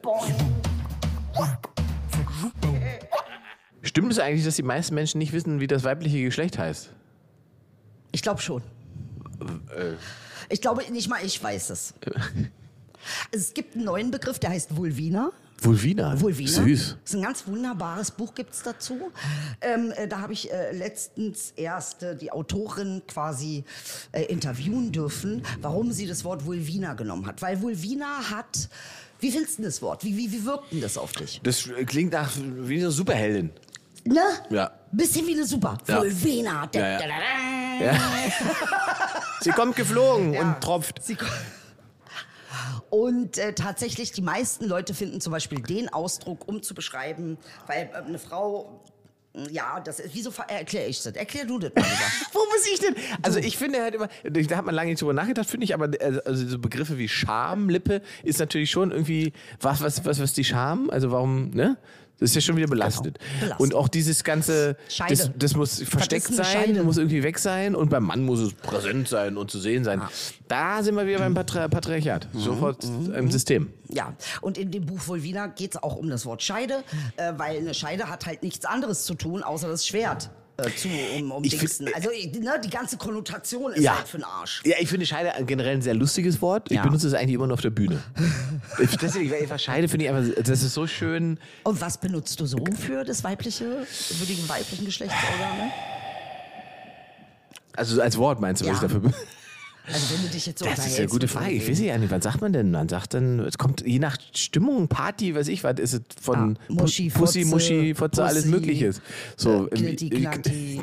Speaker 2: Stimmt es eigentlich, dass die meisten Menschen nicht wissen, wie das weibliche Geschlecht heißt?
Speaker 1: Ich glaube schon.
Speaker 2: Äh.
Speaker 1: Ich glaube nicht mal, ich weiß es. Es gibt einen neuen Begriff, der heißt Vulvina.
Speaker 2: Vulvina.
Speaker 1: Vulvina.
Speaker 2: Süß.
Speaker 1: Ist ein ganz wunderbares Buch gibt's dazu. Ähm, äh, da habe ich äh, letztens erst äh, die Autorin quasi äh, interviewen dürfen, warum sie das Wort Vulvina genommen hat. Weil Vulvina hat, wie findest du das Wort? Wie, wie, wie wirkt denn das auf dich?
Speaker 5: Das klingt nach wie eine Superheldin.
Speaker 1: Ne?
Speaker 5: Ja.
Speaker 1: Bisschen wie eine Super.
Speaker 5: Ja.
Speaker 1: Vulvina. Da,
Speaker 5: Ja, ja.
Speaker 1: da, da, da.
Speaker 5: Sie kommt geflogen und tropft.
Speaker 1: Sie ko- und äh, tatsächlich, die meisten Leute finden zum Beispiel den Ausdruck, um zu beschreiben, weil äh, eine Frau, mm, ja, das ist, wieso erkläre ich das? Erklär du das mal lieber.
Speaker 2: Wo muss ich denn? Also ich finde halt immer, da hat man lange nicht drüber nachgedacht, finde ich, aber äh, also so Begriffe wie Schamlippe ist natürlich schon irgendwie, was, was, was, was die Scham? Also warum, ne? Das ist ja schon wieder belastet.
Speaker 1: Belastend.
Speaker 2: Und auch dieses ganze,
Speaker 1: Scheide.
Speaker 2: das, das muss versteckt
Speaker 1: eine
Speaker 2: sein,
Speaker 1: Scheide?
Speaker 2: muss irgendwie weg sein und beim Mann muss es präsent sein und zu sehen sein. Da sind wir wieder beim Patri Patriarchat, sofort im System.
Speaker 1: Ja, und in dem Buch Volvina geht es auch um das Wort Scheide, äh, weil eine Scheide hat halt nichts anderes zu tun, außer das Schwert äh, zu um, um
Speaker 2: Ich find-
Speaker 1: Dingsen. Also ich- ne, die ganze Konnotation ist
Speaker 2: Ja.
Speaker 1: halt für den Arsch.
Speaker 2: Ja, ich finde Scheide generell ein sehr lustiges Wort. Ich
Speaker 1: Ja.
Speaker 2: benutze es eigentlich immer nur auf der Bühne. Ich- Deswegen, weil einfach Scheide finde ich einfach, das ist so schön.
Speaker 1: Und was benutzt du so für das weibliche, für die weiblichen Geschlechtsorgane?
Speaker 2: Also als Wort meinst du, was
Speaker 1: Ja.
Speaker 2: ich dafür
Speaker 1: Also wenn du dich jetzt so
Speaker 2: Das ist eine
Speaker 1: unterhältst
Speaker 2: gute
Speaker 1: mit
Speaker 2: Frage. Ich
Speaker 1: irgendwem.
Speaker 2: weiß ja nicht, wann sagt man denn? Man sagt dann, es kommt je nach Stimmung, Party, weiß ich was, ist es von
Speaker 1: Ah, Muschi,
Speaker 2: Pu- Pussy,
Speaker 1: Fotze,
Speaker 2: Muschi, äh, Fotze, alles
Speaker 1: Pussy,
Speaker 2: Mögliche. So, im-
Speaker 1: Klitti, Knatti.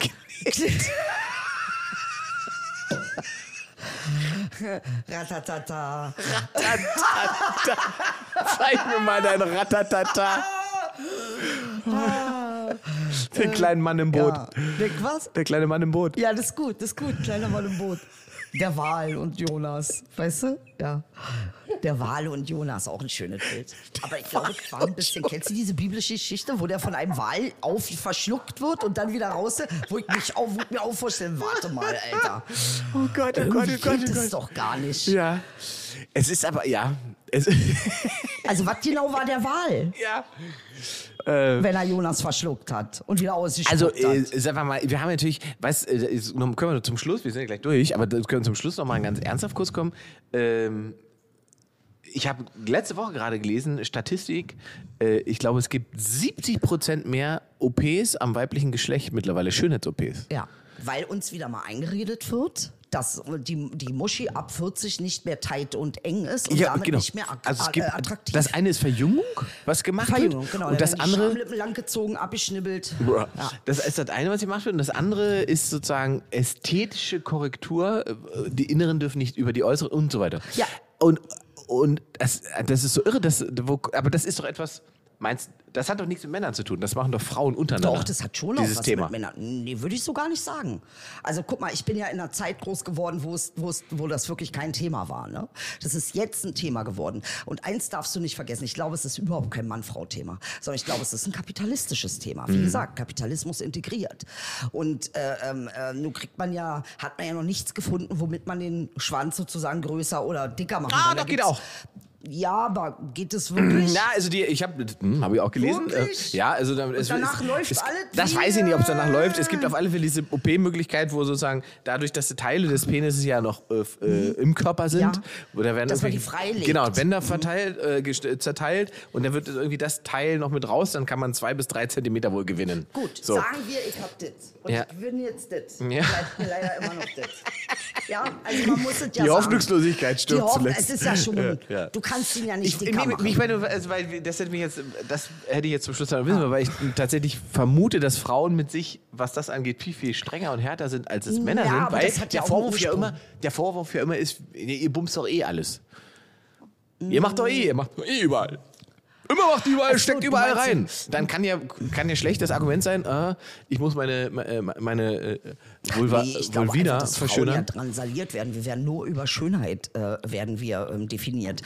Speaker 1: Ratatata.
Speaker 2: Zeig mir mal dein Ratatata. Den kleinen Mann im Boot.
Speaker 1: Ja. Der, was?
Speaker 2: Der kleine Mann im Boot.
Speaker 1: Ja, das ist gut, das ist gut. Kleiner Mann im Boot. Der Wal und Jonas, weißt du? Ja. Der Wal und Jonas, auch ein schönes Bild. Aber ich glaube, es war ein bisschen. Kennst du diese biblische Geschichte, wo der von einem Wal auf verschluckt wird und dann wieder raus? Wo ich mich auch, wo ich mir auch vorstellen, warte mal, Alter.
Speaker 2: Oh Gott, oh Gott,
Speaker 1: Irgendwie
Speaker 2: oh Gott,
Speaker 1: geht
Speaker 2: oh
Speaker 1: es
Speaker 2: Gott.
Speaker 1: doch gar nicht.
Speaker 2: Ja. Es ist aber, ja. Es,
Speaker 1: Also, was genau war der Wal?
Speaker 2: ja.
Speaker 1: wenn er Jonas verschluckt hat und wieder ausgespuckt
Speaker 2: Äh. Also,
Speaker 1: hat.
Speaker 2: äh, sagen wir mal, wir haben natürlich, weißt äh, ist- nun können wir zum Schluss, wir sind ja gleich durch, aber dann können wir zum Schluss nochmal ganz ernsthaft kurz kommen. Ähm, ich habe letzte Woche gerade gelesen, Statistik, äh, ich glaube, es gibt 70 Prozent mehr OPs am weiblichen Geschlecht mittlerweile, Schönheits-OPs.
Speaker 1: ja, weil uns wieder mal eingeredet wird, dass die, die Muschi ab 40 nicht mehr tight und eng ist und damit nicht mehr ak-
Speaker 2: also es gibt,
Speaker 1: äh, attraktiv.
Speaker 2: Das eine ist Verjüngung, was gemacht
Speaker 1: Verjüngung,
Speaker 2: wird.
Speaker 1: genau.
Speaker 2: Und
Speaker 1: da
Speaker 2: das
Speaker 1: werden die
Speaker 2: andere.
Speaker 1: Schamlippen langgezogen, abgeschnibbelt.
Speaker 2: Bruh. Das ist das eine, was gemacht wird. Und das andere ist sozusagen ästhetische Korrektur. Äh, Die Inneren dürfen nicht über die Äußeren und so weiter.
Speaker 1: Ja.
Speaker 2: Und, und das, das ist so irre. Das, wo, aber das ist doch etwas, meinst das hat doch nichts mit Männern zu tun. Das machen doch Frauen untereinander.
Speaker 1: Doch, das hat schon
Speaker 2: Ne? dieses
Speaker 1: auch was
Speaker 2: Thema.
Speaker 1: mit Männern. Nee, würde ich so gar nicht sagen. Also guck mal, ich bin ja in einer Zeit groß geworden, wo, es, wo, es, wo das wirklich kein Thema war. Ne? Das ist jetzt ein Thema geworden. Und eins darfst du nicht vergessen. Ich glaube, es ist überhaupt kein Mann-Frau-Thema, sondern ich glaube, es ist ein kapitalistisches Thema.
Speaker 2: Mhm.
Speaker 1: Wie gesagt, Kapitalismus integriert. Und äh, ähm, äh, nun kriegt man ja, hat man ja noch nichts gefunden, womit man den Schwanz sozusagen größer oder dicker machen
Speaker 2: Ah,
Speaker 1: kann. Da
Speaker 2: doch, geht
Speaker 1: gibt's-
Speaker 2: auch.
Speaker 1: Ja, aber geht es wirklich?
Speaker 2: Na, also die, ich habe, hm, habe ich auch gelesen. Äh,
Speaker 1: Wirklich?
Speaker 2: ja, also da, es,
Speaker 1: danach
Speaker 2: es,
Speaker 1: läuft
Speaker 2: es,
Speaker 1: alles
Speaker 2: Das
Speaker 1: wie-
Speaker 2: weiß ich nicht, ob es danach läuft. Es gibt auf alle Fälle diese OP-Möglichkeit, wo sozusagen dadurch, dass die Teile des Penises ja noch äh, f- äh, im Körper sind,
Speaker 1: Mhm. Ja.
Speaker 2: oder werden
Speaker 1: Dass man
Speaker 2: irgendwie-
Speaker 1: die freilegt.
Speaker 2: Genau, Bänder verteilt, äh, gest- äh, zerteilt und dann wird irgendwie das Teil noch mit raus, dann kann man zwei bis drei Zentimeter wohl gewinnen.
Speaker 1: Gut,
Speaker 2: So.
Speaker 1: sagen wir, ich hab das. Und
Speaker 2: Ja.
Speaker 1: ich bin jetzt das.
Speaker 2: Ja.
Speaker 1: Bleibt mir leider immer noch das. Ja, also man muss es ja
Speaker 2: Die
Speaker 1: sagen.
Speaker 2: Hoffnungslosigkeit stirbt
Speaker 1: Die Hoff-
Speaker 2: zuletzt.
Speaker 1: Es ist ja schon.
Speaker 2: Ja.
Speaker 1: Du kannst kannst ihn ja
Speaker 2: Ich,
Speaker 1: nicht
Speaker 2: nee,
Speaker 1: dicker machen.
Speaker 2: ich meine, also, weil das hätte, mich jetzt, das hätte ich jetzt zum Schluss dann wissen, wollen, weil ich tatsächlich vermute, dass Frauen mit sich, was das angeht, viel, viel strenger und härter sind, als es Männer
Speaker 1: Ja,
Speaker 2: sind.
Speaker 1: aber
Speaker 2: weil
Speaker 1: das hat ja
Speaker 2: der,
Speaker 1: auch einen
Speaker 2: Vorwurf ja
Speaker 1: Ursprung.
Speaker 2: immer, der Vorwurf ja immer ist, ihr bumst doch eh alles. Ihr macht doch eh, ihr macht doch eh überall. Immer macht überall,
Speaker 1: Ach so,
Speaker 2: steckt
Speaker 1: du
Speaker 2: überall
Speaker 1: meinst
Speaker 2: rein. Dann kann ja, kann ja schlecht das Argument sein, äh, ich muss meine, meine, meine äh, Vulva,
Speaker 1: Nee, ich glaube
Speaker 2: Vulvina
Speaker 1: einfach, dass Frauen ja
Speaker 2: verschönern.
Speaker 1: drangsaliert werden. Wir werden nur über Schönheit äh, werden wir ähm, definiert.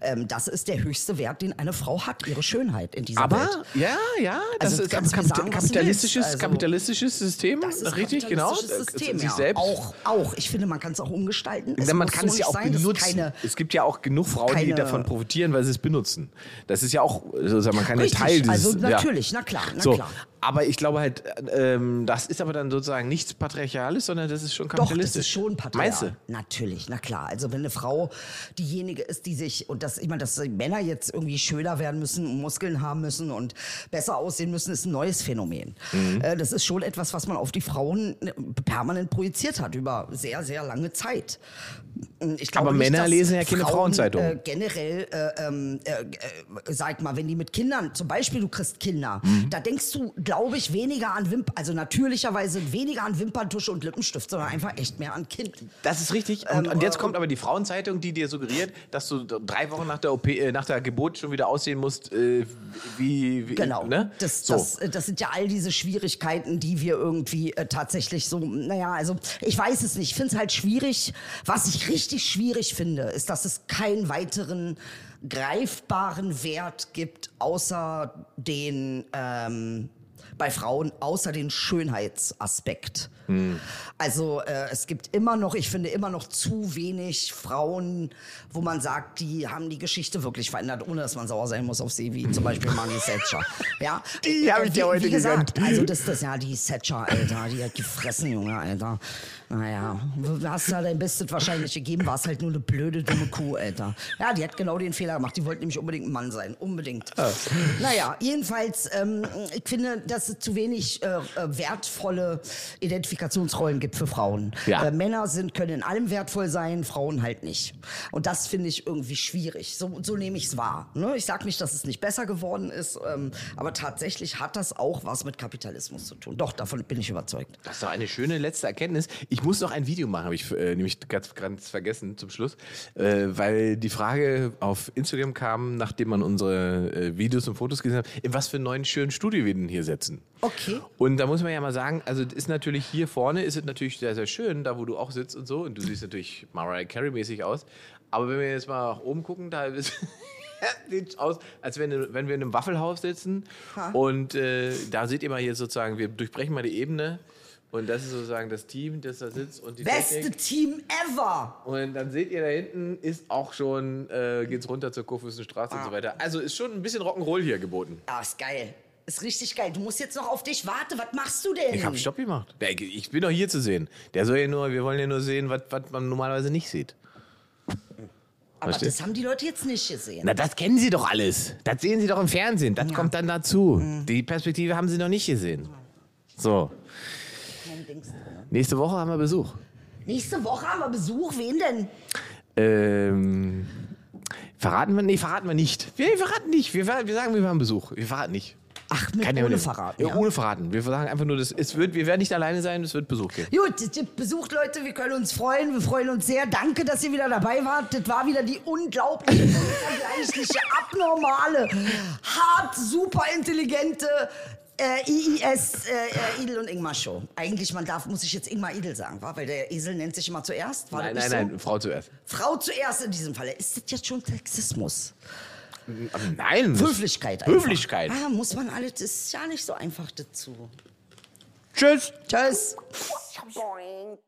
Speaker 1: Ähm, das ist der höchste Wert, den eine Frau hat, ihre Schönheit in dieser
Speaker 2: Aber
Speaker 1: Welt.
Speaker 2: ja, ja, das
Speaker 1: Also,
Speaker 2: ist ein
Speaker 1: kannst mir
Speaker 2: Kapita
Speaker 1: sagen, was du
Speaker 2: kapitalistisches,
Speaker 1: willst, also.
Speaker 2: kapitalistisches System, richtig, genau.
Speaker 1: kapitalistisches System,
Speaker 2: sich
Speaker 1: ja.
Speaker 2: selbst.
Speaker 1: Auch, auch. Ich finde, man kann es auch umgestalten. Es
Speaker 2: Denn man
Speaker 1: muss
Speaker 2: kann
Speaker 1: so
Speaker 2: es ja
Speaker 1: nicht
Speaker 2: auch
Speaker 1: sein, dass
Speaker 2: benutzen.
Speaker 1: Keine,
Speaker 2: Es gibt ja auch genug Frauen, die
Speaker 1: keine-
Speaker 2: davon profitieren, weil sie es benutzen. Das ist ja auch, also sozusagen, man kann
Speaker 1: Richtig,
Speaker 2: ja Teil dieses...
Speaker 1: also natürlich,
Speaker 2: ja.
Speaker 1: na klar, na
Speaker 2: so.
Speaker 1: klar.
Speaker 2: Aber ich glaube halt, ähm, das ist aber dann sozusagen nichts Patriarchales, sondern das ist schon
Speaker 1: Doch, das ist
Speaker 2: kapitalistisch.
Speaker 1: schon patriarchal.
Speaker 2: Meinst du?
Speaker 1: Natürlich, na klar. Also wenn eine Frau diejenige ist, die sich, und das, ich meine, dass die Männer jetzt irgendwie schöner werden müssen, und Muskeln haben müssen und besser aussehen müssen, ist ein neues Phänomen.
Speaker 2: Mhm.
Speaker 1: Äh, das ist schon etwas, was man auf die Frauen permanent projiziert hat, über sehr, sehr lange Zeit. Hm, Ich glaube
Speaker 2: Aber
Speaker 1: nicht,
Speaker 2: Männer
Speaker 1: dass
Speaker 2: lesen ja keine Frauenzeitung.
Speaker 1: Äh, generell, äh, ähm, äh, äh, sag mal, wenn die mit Kindern, zum Beispiel du kriegst Kinder,
Speaker 2: Mhm.
Speaker 1: da denkst du, glaube ich, weniger an Wimp, also natürlicherweise weniger an Wimperntusche und Lippenstift, sondern einfach echt mehr an Kind.
Speaker 2: Das ist richtig.
Speaker 1: Ähm,
Speaker 2: Und, und
Speaker 1: äh,
Speaker 2: jetzt kommt aber die Frauenzeitung, die dir suggeriert, dass du d- drei Wochen nach der, OP, äh, nach der Geburt schon wieder aussehen musst, äh, wie, wie.
Speaker 1: Genau.
Speaker 2: Ne?
Speaker 1: Das,
Speaker 2: so.
Speaker 1: das, äh, das sind ja all diese Schwierigkeiten, die wir irgendwie äh, tatsächlich so, naja, also ich weiß es nicht. Ich finde es halt schwierig. Was ich richtig schwierig finde, ist, dass es keinen weiteren greifbaren Wert gibt, außer den ähm, bei Frauen, außer den Schönheitsaspekt. Also äh, es gibt immer noch, ich finde immer noch zu wenig Frauen, wo man sagt, die haben die Geschichte wirklich verändert, ohne dass man sauer sein muss auf sie, wie zum Beispiel Marnie Thatcher. Ja,
Speaker 2: Die hab ich dir
Speaker 1: äh, wie-
Speaker 2: heute
Speaker 1: wie gesagt,
Speaker 2: gegönnt.
Speaker 1: Also das ist ja die Thatcher, Alter, die hat gefressen, Junge, Alter. Naja, du hast ja dein Bestes wahrscheinlich gegeben, warst halt nur eine blöde, dumme Kuh, Alter. Ja, die hat genau den Fehler gemacht, die wollte nämlich unbedingt ein Mann sein, unbedingt. Naja, jedenfalls, ähm, ich finde, dass es zu wenig äh, äh, wertvolle Identifikationsrollen gibt für Frauen.
Speaker 2: Ja.
Speaker 1: Äh, Männer sind, können in allem wertvoll sein, Frauen halt nicht. Und das finde ich irgendwie schwierig. So, so nehme ich es wahr. Ne? Ich sage nicht, dass es nicht besser geworden ist, ähm, aber tatsächlich hat das auch was mit Kapitalismus zu tun. Doch, davon bin ich überzeugt.
Speaker 2: Das ist doch eine schöne letzte Erkenntnis. Ich muss noch ein Video machen, habe ich äh, nämlich ganz, ganz vergessen zum Schluss, äh, weil die Frage auf Instagram kam, nachdem man unsere äh, Videos und Fotos gesehen hat, in was für einen neuen schönen Studio wir denn hier setzen.
Speaker 1: Okay.
Speaker 2: Und da muss man ja mal sagen, also es ist natürlich hier vorne, ist es natürlich sehr, sehr schön, da wo du auch sitzt und so. Und du siehst natürlich Mariah Carey-mäßig aus. Aber wenn wir jetzt mal nach oben gucken, da ist sieht aus, als wenn, wenn wir in einem Waffelhaus sitzen. Und äh, da seht ihr mal hier sozusagen, wir durchbrechen mal die Ebene. Und das ist sozusagen das Team, das da sitzt und die
Speaker 1: Beste
Speaker 2: Technik.
Speaker 1: Team ever!
Speaker 2: Und dann seht ihr da hinten, ist auch schon, äh, geht's runter zur Kurfürstenstraße und so weiter. Also ist schon ein bisschen Rock'n'Roll hier geboten.
Speaker 1: Ah, ist geil. Ist richtig geil. Du musst jetzt noch auf dich warten. Was machst du denn?
Speaker 2: Ich habe Stopp gemacht. Ja, Ich ich bin doch hier zu sehen. Der soll ja nur, wir wollen ja nur sehen, was, was man normalerweise nicht sieht.
Speaker 1: aber
Speaker 2: Verstehe.
Speaker 1: das haben die Leute jetzt nicht gesehen.
Speaker 2: Na, das kennen Sie doch alles. Das sehen Sie doch im Fernsehen. Das kommt dann dazu.
Speaker 1: Hm.
Speaker 2: Die Perspektive haben Sie noch nicht gesehen. So,
Speaker 1: Kein Dings drin.
Speaker 2: nächste Woche haben wir Besuch.
Speaker 1: Nächste Woche haben wir Besuch. Wen denn?
Speaker 2: Ähm, verraten wir? Nee, verraten wir nicht. Wir verraten nicht. Wir, ver- wir sagen, wir haben Besuch. Wir verraten nicht.
Speaker 1: Ach, mit
Speaker 2: Kann ja
Speaker 1: ohne
Speaker 2: nicht.
Speaker 1: verraten.
Speaker 2: Ja,
Speaker 1: ja.
Speaker 2: Ohne verraten. Wir sagen einfach nur, das, es wird, wir werden nicht alleine sein, es wird Besuch geben.
Speaker 1: Gut, es gibt Besuch, Leute. Wir können uns freuen. Wir freuen uns sehr. Danke, dass ihr wieder dabei wart. Das war wieder die unglaubliche, unvergleichliche, abnormale, hart, super intelligente äh, IIS äh, äh, Idel und Ingmar Show. Eigentlich, man darf, muss ich jetzt Ingmar Idel sagen, wa? weil der Esel nennt sich immer zuerst. War
Speaker 2: Nein,
Speaker 1: das
Speaker 2: nein,
Speaker 1: nicht
Speaker 2: nein, Frau zuerst.
Speaker 1: So? Frau zuerst in diesem Falle. Ist das jetzt schon Sexismus?
Speaker 2: Nein.
Speaker 1: Höflichkeit einfach.
Speaker 2: Höflichkeit.
Speaker 1: Ah, muss man alles, das ist ja nicht so einfach dazu.
Speaker 2: Tschüss.
Speaker 1: Tschüss.
Speaker 6: boing.